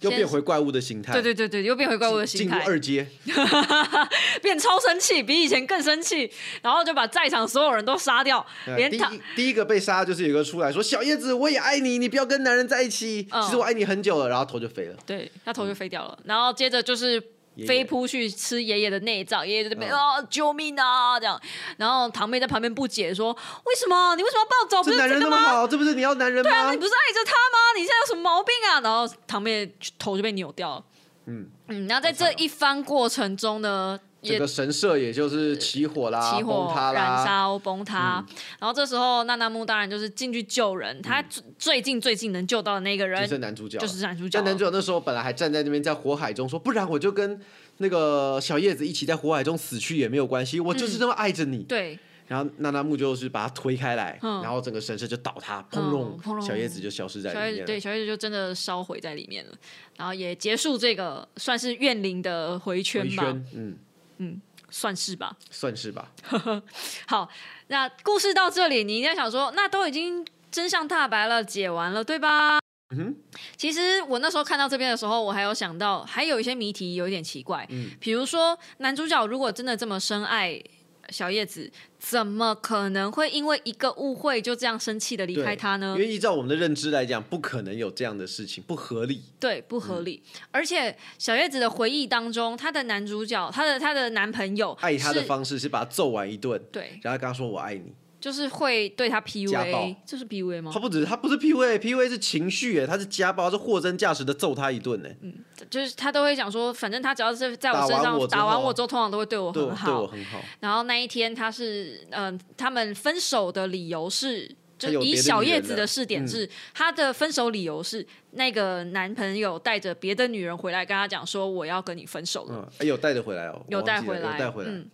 Speaker 2: 又
Speaker 1: 先
Speaker 2: 变回怪物的形态，
Speaker 1: 对对对对，又变回怪物的心
Speaker 2: 进入
Speaker 1: 态，
Speaker 2: 二阶，
Speaker 1: 变超生气，比以前更生气，然后就把在场所有人都杀掉，
Speaker 2: 呃
Speaker 1: 连
Speaker 2: 第
Speaker 1: 堂
Speaker 2: 一第一个被杀就是有一个出来说小叶子，我也爱你，你不要跟男人在一起，
Speaker 1: 嗯哦
Speaker 2: 其实我爱你很久了，然后头就飞了，
Speaker 1: 对，他头就飞掉了，然后接着就是
Speaker 2: 爷嗯爷
Speaker 1: 飞扑去吃爷爷的内脏，爷爷就在那边
Speaker 2: 嗯
Speaker 1: 啊救命啊这样，然后堂妹在旁边不解说为什么你为什么要暴走？不
Speaker 2: 这
Speaker 1: 是
Speaker 2: 男人
Speaker 1: 这
Speaker 2: 那
Speaker 1: 个
Speaker 2: 么
Speaker 1: 吗？
Speaker 2: 好，这不是你要男人
Speaker 1: 对啊，你
Speaker 2: 吗
Speaker 1: 不？是爱着他吗？你现在有什么毛病啊？然后堂妹头就被扭掉了。
Speaker 2: 嗯，
Speaker 1: 嗯，然后在这一番过程中呢，
Speaker 2: 这
Speaker 1: 也
Speaker 2: 个神社也就是起火啦，
Speaker 1: 起火
Speaker 2: 崩塌、
Speaker 1: 燃
Speaker 2: 啦，
Speaker 1: 烧、崩塌。
Speaker 2: 嗯
Speaker 1: 然后这时候娜娜木当然就是进去救人，他最最近最近能救到的那个
Speaker 2: 就
Speaker 1: 人
Speaker 2: 是男主角
Speaker 1: 嗯就
Speaker 2: 了
Speaker 1: 是男主角
Speaker 2: 但
Speaker 1: 了。
Speaker 2: 男主角那时候本来还站在那边在火海中说，不然我就跟那个小叶子一起在火海中死去也没有关系，我就是这么爱着你。
Speaker 1: 嗯对，
Speaker 2: 然后娜娜木就是把他推开来，
Speaker 1: 嗯
Speaker 2: 然后整个神社就倒塌，砰
Speaker 1: 嗯
Speaker 2: 隆，
Speaker 1: 砰隆
Speaker 2: 小叶子就消失在
Speaker 1: 小叶
Speaker 2: 里
Speaker 1: 子
Speaker 2: 面了
Speaker 1: 对。小叶子就真的烧毁在里面了，然后也结束这个算是怨灵的回圈
Speaker 2: 回
Speaker 1: 吧，
Speaker 2: 圈，嗯，
Speaker 1: 算是吧。
Speaker 2: 算是吧。
Speaker 1: 好，那故事到这里，你应该想说，那都已经真相大白了，解完了，对吧？
Speaker 2: 嗯
Speaker 1: 其实我那时候看到这边的时候，我还有想到，还有一些谜题有一点奇怪，
Speaker 2: 嗯
Speaker 1: 比如说男主角如果真的这么深爱小叶子，怎么可能会因为一个误会就这样生气的离
Speaker 2: 对
Speaker 1: 开他呢
Speaker 2: 因？为依照我们的认知来讲，不可能有这样的事情，不合理。
Speaker 1: 对，不
Speaker 2: 嗯
Speaker 1: 合理。而且小叶子的回忆当中，她的男主角，她的她的男朋友
Speaker 2: 爱他的
Speaker 1: 是
Speaker 2: 方式是把他揍完一顿，
Speaker 1: 对，
Speaker 2: 然后跟他说我爱你。
Speaker 1: 就是会对
Speaker 2: 家
Speaker 1: 她
Speaker 2: 暴
Speaker 1: PUA，这是 PUA 吗
Speaker 2: 他？不止他不是 PUA，PUA 是情绪耶，他是家暴，他是货真价实的揍他一顿呢，
Speaker 1: 嗯就是她都会讲说，反正她只要是在我
Speaker 2: 打
Speaker 1: 身
Speaker 2: 完
Speaker 1: 上
Speaker 2: 我之
Speaker 1: 打完
Speaker 2: 后
Speaker 1: 我之后，通常都会对我
Speaker 2: 对我
Speaker 1: 很
Speaker 2: 对我
Speaker 1: 好。
Speaker 2: 很好。
Speaker 1: 然后那一天她是，嗯、他们分手的理由是。就
Speaker 2: 她有
Speaker 1: 以
Speaker 2: 别的
Speaker 1: 小
Speaker 2: 女
Speaker 1: 叶
Speaker 2: 人
Speaker 1: 子
Speaker 2: 了嗯
Speaker 1: 的试点是，她的分手理由是那个男朋友带着别的女人回来，跟她讲说我要跟你分手了。
Speaker 2: 嗯，哎有带的回来哦，
Speaker 1: 有
Speaker 2: 我忘
Speaker 1: 带
Speaker 2: 记了
Speaker 1: 回来，
Speaker 2: 有带回来，
Speaker 1: 嗯，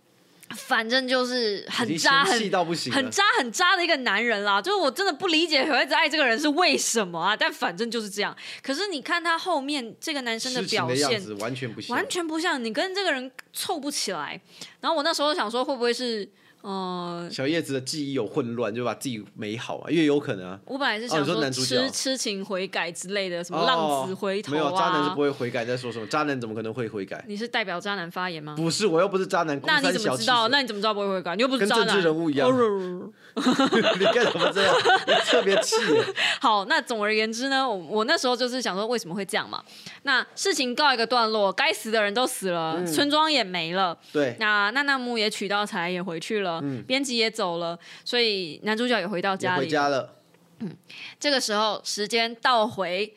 Speaker 1: 反正就是
Speaker 2: 已
Speaker 1: 很
Speaker 2: 经
Speaker 1: 渣，
Speaker 2: 嫌弃
Speaker 1: 很
Speaker 2: 到不行了，
Speaker 1: 很渣很渣的一个男人啦。就是我真的不理解小叶子爱这个人是为什么啊，但反正就是这样。可是你看他后面这个男生
Speaker 2: 痴情
Speaker 1: 表
Speaker 2: 的样
Speaker 1: 现，
Speaker 2: 子完全不行，
Speaker 1: 完全不像你跟这个人凑不起来。然后我那时候想说，会不会是呃，
Speaker 2: 小叶子的记忆有混乱，就把自己美好啊，因为有可能啊，
Speaker 1: 我本来是
Speaker 2: 哦
Speaker 1: 想
Speaker 2: 你说男主角
Speaker 1: 痴痴情悔改之类的，什么浪子回头
Speaker 2: 哦、没
Speaker 1: 啊，
Speaker 2: 有渣男是不会悔改，在说什么？渣男怎么可能会悔改？
Speaker 1: 你是代表渣男发言吗？
Speaker 2: 不是，我又不是渣男，公
Speaker 1: 那你
Speaker 2: 三
Speaker 1: 怎么
Speaker 2: 小
Speaker 1: 知
Speaker 2: 气
Speaker 1: 道？
Speaker 2: 死
Speaker 1: 那你怎么知道不会悔改？你又不是
Speaker 2: 跟
Speaker 1: 渣
Speaker 2: 政
Speaker 1: 男。
Speaker 2: 治人物一样 [laughs] 你干什么这样？你特别气耶，
Speaker 1: 好，那总而言之呢，我我那时候就是想说，为什么会这样嘛？那事情告一个段落，该死的人都死了，
Speaker 2: 嗯
Speaker 1: 村庄也没了，
Speaker 2: 对，
Speaker 1: 那娜娜木也娶到才也回去了，编辑也走了，所以男主角也回到
Speaker 2: 嗯也
Speaker 1: 家里。
Speaker 2: 回家了。
Speaker 1: 这个时候时间倒回，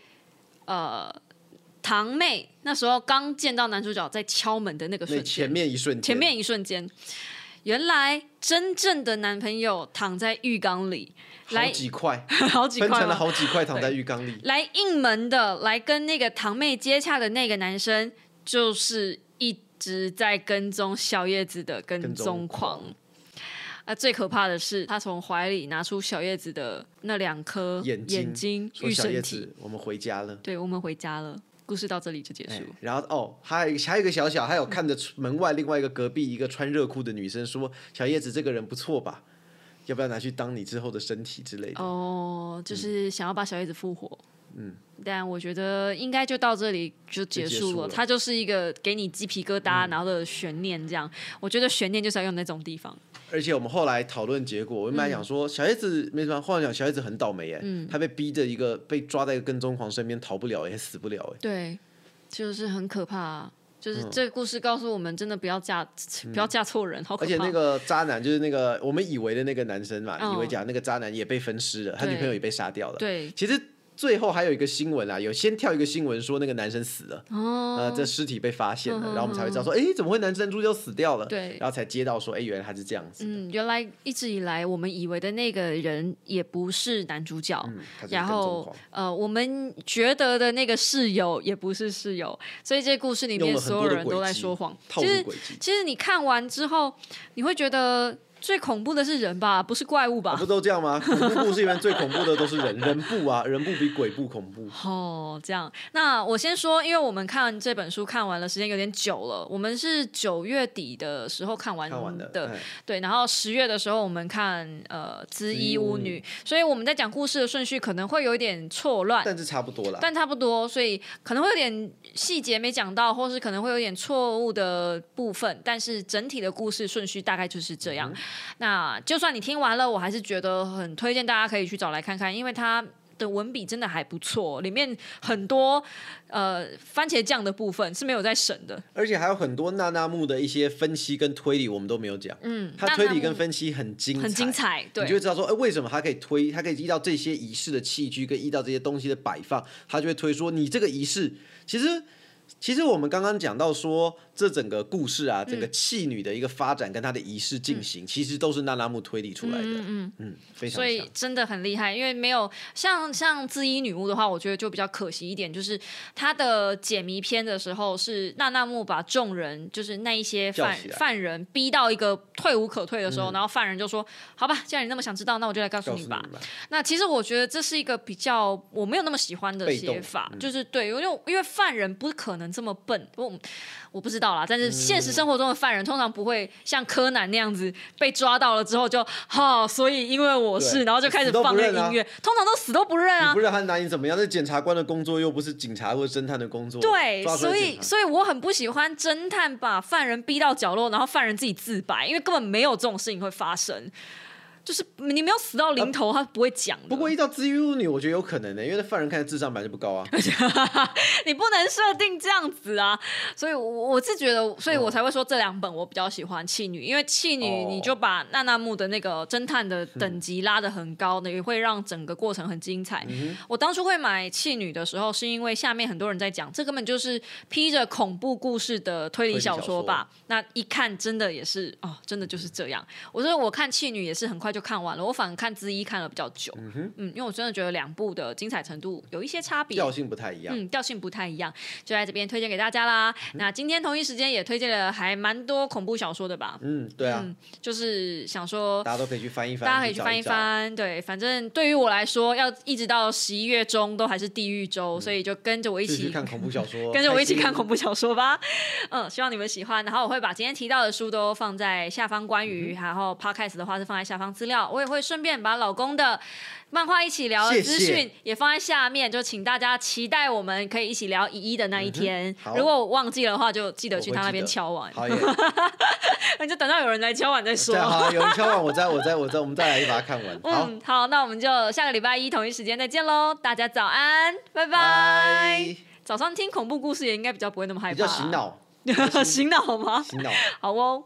Speaker 1: 呃，堂妹那时候刚见到男主角在敲门的那个
Speaker 2: 那
Speaker 1: 瞬
Speaker 2: 前
Speaker 1: 间，
Speaker 2: 面一瞬间，
Speaker 1: 前面一瞬间，原来真正的男朋友躺在浴缸里， [laughs]
Speaker 2: 好
Speaker 1: 来
Speaker 2: 几块，
Speaker 1: 好几
Speaker 2: 分
Speaker 1: 块
Speaker 2: 成了
Speaker 1: 吗？
Speaker 2: 好几块躺在浴缸里。
Speaker 1: 来应门的，来跟那个堂妹接洽的那个男生，就是一直在跟踪小叶子的跟踪狂。啊，最可怕的是，他从怀里拿出小叶子的那两颗
Speaker 2: 眼睛
Speaker 1: 睛
Speaker 2: 说
Speaker 1: 与
Speaker 2: 小叶
Speaker 1: 身体。
Speaker 2: 子，我们回家了。
Speaker 1: 对我们回家了，故事到这里就结
Speaker 2: 哎
Speaker 1: 束。
Speaker 2: 然后哦，还有一个还有一个小小，还有看着门外另外一个隔壁一个穿热裤的女生说：“小叶子这个人不错吧？要不要拿去当你之后的身体之类的
Speaker 1: 哦，就是想要把小叶子复活。嗯，但我觉得应该就到这里就结
Speaker 2: 就结
Speaker 1: 束
Speaker 2: 束
Speaker 1: 了。
Speaker 2: 了嗯
Speaker 1: 它就是一个给你鸡皮疙瘩，然后的悬念这样。我觉得悬念就是要用那种地方。？”
Speaker 2: 而且我们后来讨论结果，我们本来想说小叶子没什么，后来想小叶子很倒霉哎，
Speaker 1: 嗯
Speaker 2: 她被逼着一个被抓在一个跟踪狂身边逃不了也死不了哎。
Speaker 1: 对，就是很可怕、就是
Speaker 2: 嗯
Speaker 1: 这个故事告诉我们，真的不要嫁，不要嫁错人，好可怕。
Speaker 2: 而且那个渣男就是那个我们以为的那个男生嘛，
Speaker 1: 嗯
Speaker 2: 以为讲那个渣男也被分尸了，他
Speaker 1: 对
Speaker 2: 女朋友也被杀掉了。
Speaker 1: 对
Speaker 2: 其实最后还有一个新闻啊，有先跳一个新闻说那个男生死了，
Speaker 1: 哦，
Speaker 2: 呃，这尸体被发现了，
Speaker 1: 嗯
Speaker 2: 然后我们才会知道说，哎，怎么会男生猪就死掉了？
Speaker 1: 对
Speaker 2: 然后才接到说，哎，原来他是这样子。
Speaker 1: 嗯，原来一直以来我们以为的那个人也不是男主角，
Speaker 2: 嗯他就是
Speaker 1: 然
Speaker 2: 跟踪
Speaker 1: 后
Speaker 2: 狂
Speaker 1: 呃，我们觉得的那个室友也不是室友，所以这故事里
Speaker 2: 用
Speaker 1: 面
Speaker 2: 了很
Speaker 1: 所
Speaker 2: 多
Speaker 1: 有
Speaker 2: 的
Speaker 1: 人都
Speaker 2: 诡
Speaker 1: 在
Speaker 2: 计
Speaker 1: 说谎。
Speaker 2: 套
Speaker 1: 其
Speaker 2: 路
Speaker 1: 实
Speaker 2: 诡计，
Speaker 1: 其实你看完之后，你会觉得最恐怖的是人吧，不是怪物吧
Speaker 2: 啊不？都这样吗？ [laughs] 恐怖故事里面最恐怖的都是人，人不啊，人不比鬼不恐怖。
Speaker 1: 哦，这样。那我先说，因为我们看这本书看完了，时间有点久了。我们是九月底的时候看完
Speaker 2: 看完了，哎
Speaker 1: 对，然后十月的时候我们看呃《知
Speaker 2: 衣
Speaker 1: 衣
Speaker 2: 巫
Speaker 1: 巫
Speaker 2: 女
Speaker 1: 女》，所以我们在讲故事的顺序可能会有一点错乱，
Speaker 2: 但是差不多了。
Speaker 1: 啊但差不多，所以可能会有点细节没讲到，或是可能会有点错误的部分，但是整体的故事顺序大概就是这
Speaker 2: 嗯
Speaker 1: 样。那就算你听完了，我还是觉得很推荐大家可以去找来看看，因为它。的文笔真的还不错，里面很多呃番茄酱的部分是没有在省的，
Speaker 2: 而且还有很多娜娜木的一些分析跟推理，我们都没有讲。嗯，他推理跟分析很精彩，
Speaker 1: 很精彩。对，
Speaker 2: 你就会知道说，哎、为什么他可以推？他可以依照这些仪式的器具跟依照这些东西的摆放，他就会推说你这个仪式其实。其实我们刚刚讲到说，这整个故事啊，
Speaker 1: 嗯
Speaker 2: 整个弃女的一个发展跟她的仪式进行，其实都是娜拉木推理出来的。嗯嗯非常
Speaker 1: 所以
Speaker 2: 强。
Speaker 1: 真的很厉害，因为没有像像自衣女巫的话，我觉得就比较可惜一点，就是她的解谜篇的时候是娜娜木把众人，就是那一些
Speaker 2: 叫
Speaker 1: 犯
Speaker 2: 起来嗯
Speaker 1: 犯人逼到一个退无可退的时候，然后犯人就说：“好吧，既然你那么想知道，那我就来告诉
Speaker 2: 告诉
Speaker 1: 你
Speaker 2: 你
Speaker 1: 吧。
Speaker 2: 们吧，
Speaker 1: 那其实我觉得这是一个比较我没有那么喜欢的
Speaker 2: 被动嗯
Speaker 1: 写法，就是对，因为因为犯人不可可能这么笨？我我不知道啦，但是现
Speaker 2: 嗯
Speaker 1: 实生活中的犯人通常不会像柯南那样子被抓到了之后就哈、所以因为我是，
Speaker 2: 对
Speaker 1: 然后就开始
Speaker 2: 死都不
Speaker 1: 放任
Speaker 2: 认啊
Speaker 1: 音乐，通常都死都不认
Speaker 2: 你
Speaker 1: 啊
Speaker 2: 不。知道他拿你怎么样？那检察官的工作又不是警察或者侦探的工作，
Speaker 1: 对，
Speaker 2: 抓出啊来
Speaker 1: 所
Speaker 2: 检
Speaker 1: 以
Speaker 2: 查
Speaker 1: 所以我很不喜欢侦探把犯人逼到角落，然后犯人自己自白，因为根本没有这种事情会发生。就是你没有死到临头，他不会讲的。
Speaker 2: 啊不过依照资源女，我觉得有可能的、因为那犯人看的智商本来就不高
Speaker 1: [laughs]
Speaker 2: 啊。
Speaker 1: 你不能设定这样子啊！所以我，我是觉得，所以我才会说这两本我比较喜欢《弃女》，因为《弃女》
Speaker 2: 哦
Speaker 1: 你就把娜娜木的那个侦探的等级拉得很高，也会让整个过程很精彩。我当初会买《弃女》的时候，是因为下面很多人在讲，这根本就是披着恐怖故事的推理小说吧？那一看真的也是哦，真的就是这样。我说我看《弃女》也是很快就看完了，我反而看《之一》看了比较久。嗯因为我真的觉得两部的精彩程度有一些差别。
Speaker 2: 调性不太一样。
Speaker 1: 嗯，调性不太一样，就在这边推荐给大家啦。
Speaker 2: 嗯
Speaker 1: 那今天同一时间也推荐了还蛮多恐怖小说的吧，
Speaker 2: 嗯，对啊，
Speaker 1: 就是想说。
Speaker 2: 大家都可以去翻一翻，
Speaker 1: 大家可以去翻一
Speaker 2: 找找。
Speaker 1: 翻，对，反正对于我来说，要一直到十一月中都还是地狱周，所以就跟着我一
Speaker 2: 继续
Speaker 1: 起
Speaker 2: 嗯看恐怖小说，
Speaker 1: [laughs] 跟着我一起看恐
Speaker 2: 怖。
Speaker 1: 怖小说吧。嗯，希望你们喜欢。然后我会把今天提到的书都放在下方关于，
Speaker 2: 嗯
Speaker 1: 然后 podcast 的话是放在下方资料。我也会顺便把老公的漫画一起聊的
Speaker 2: 谢
Speaker 1: 资
Speaker 2: 谢
Speaker 1: 讯也放在下面，就请大家期待我们可以一起聊一一的那一天。
Speaker 2: 嗯好
Speaker 1: 如果我忘记了的话，就记得去他那边
Speaker 2: 我会记得
Speaker 1: 敲碗，
Speaker 2: 好耶，
Speaker 1: [laughs] 你就等到有人来敲碗再说
Speaker 2: 对，。啊好，有人敲完，我再，我再，我再，我们再来一把它看完。好，
Speaker 1: 嗯，好，那我们就下个礼拜一同一时间再见喽，大家早安，拜拜。
Speaker 2: 拜。
Speaker 1: 早上听恐怖故事也应该比较不会那么害 [laughs]
Speaker 2: 比
Speaker 1: 怕，
Speaker 2: 较洗脑，
Speaker 1: 醒脑吗？
Speaker 2: 洗脑。
Speaker 1: 好哦。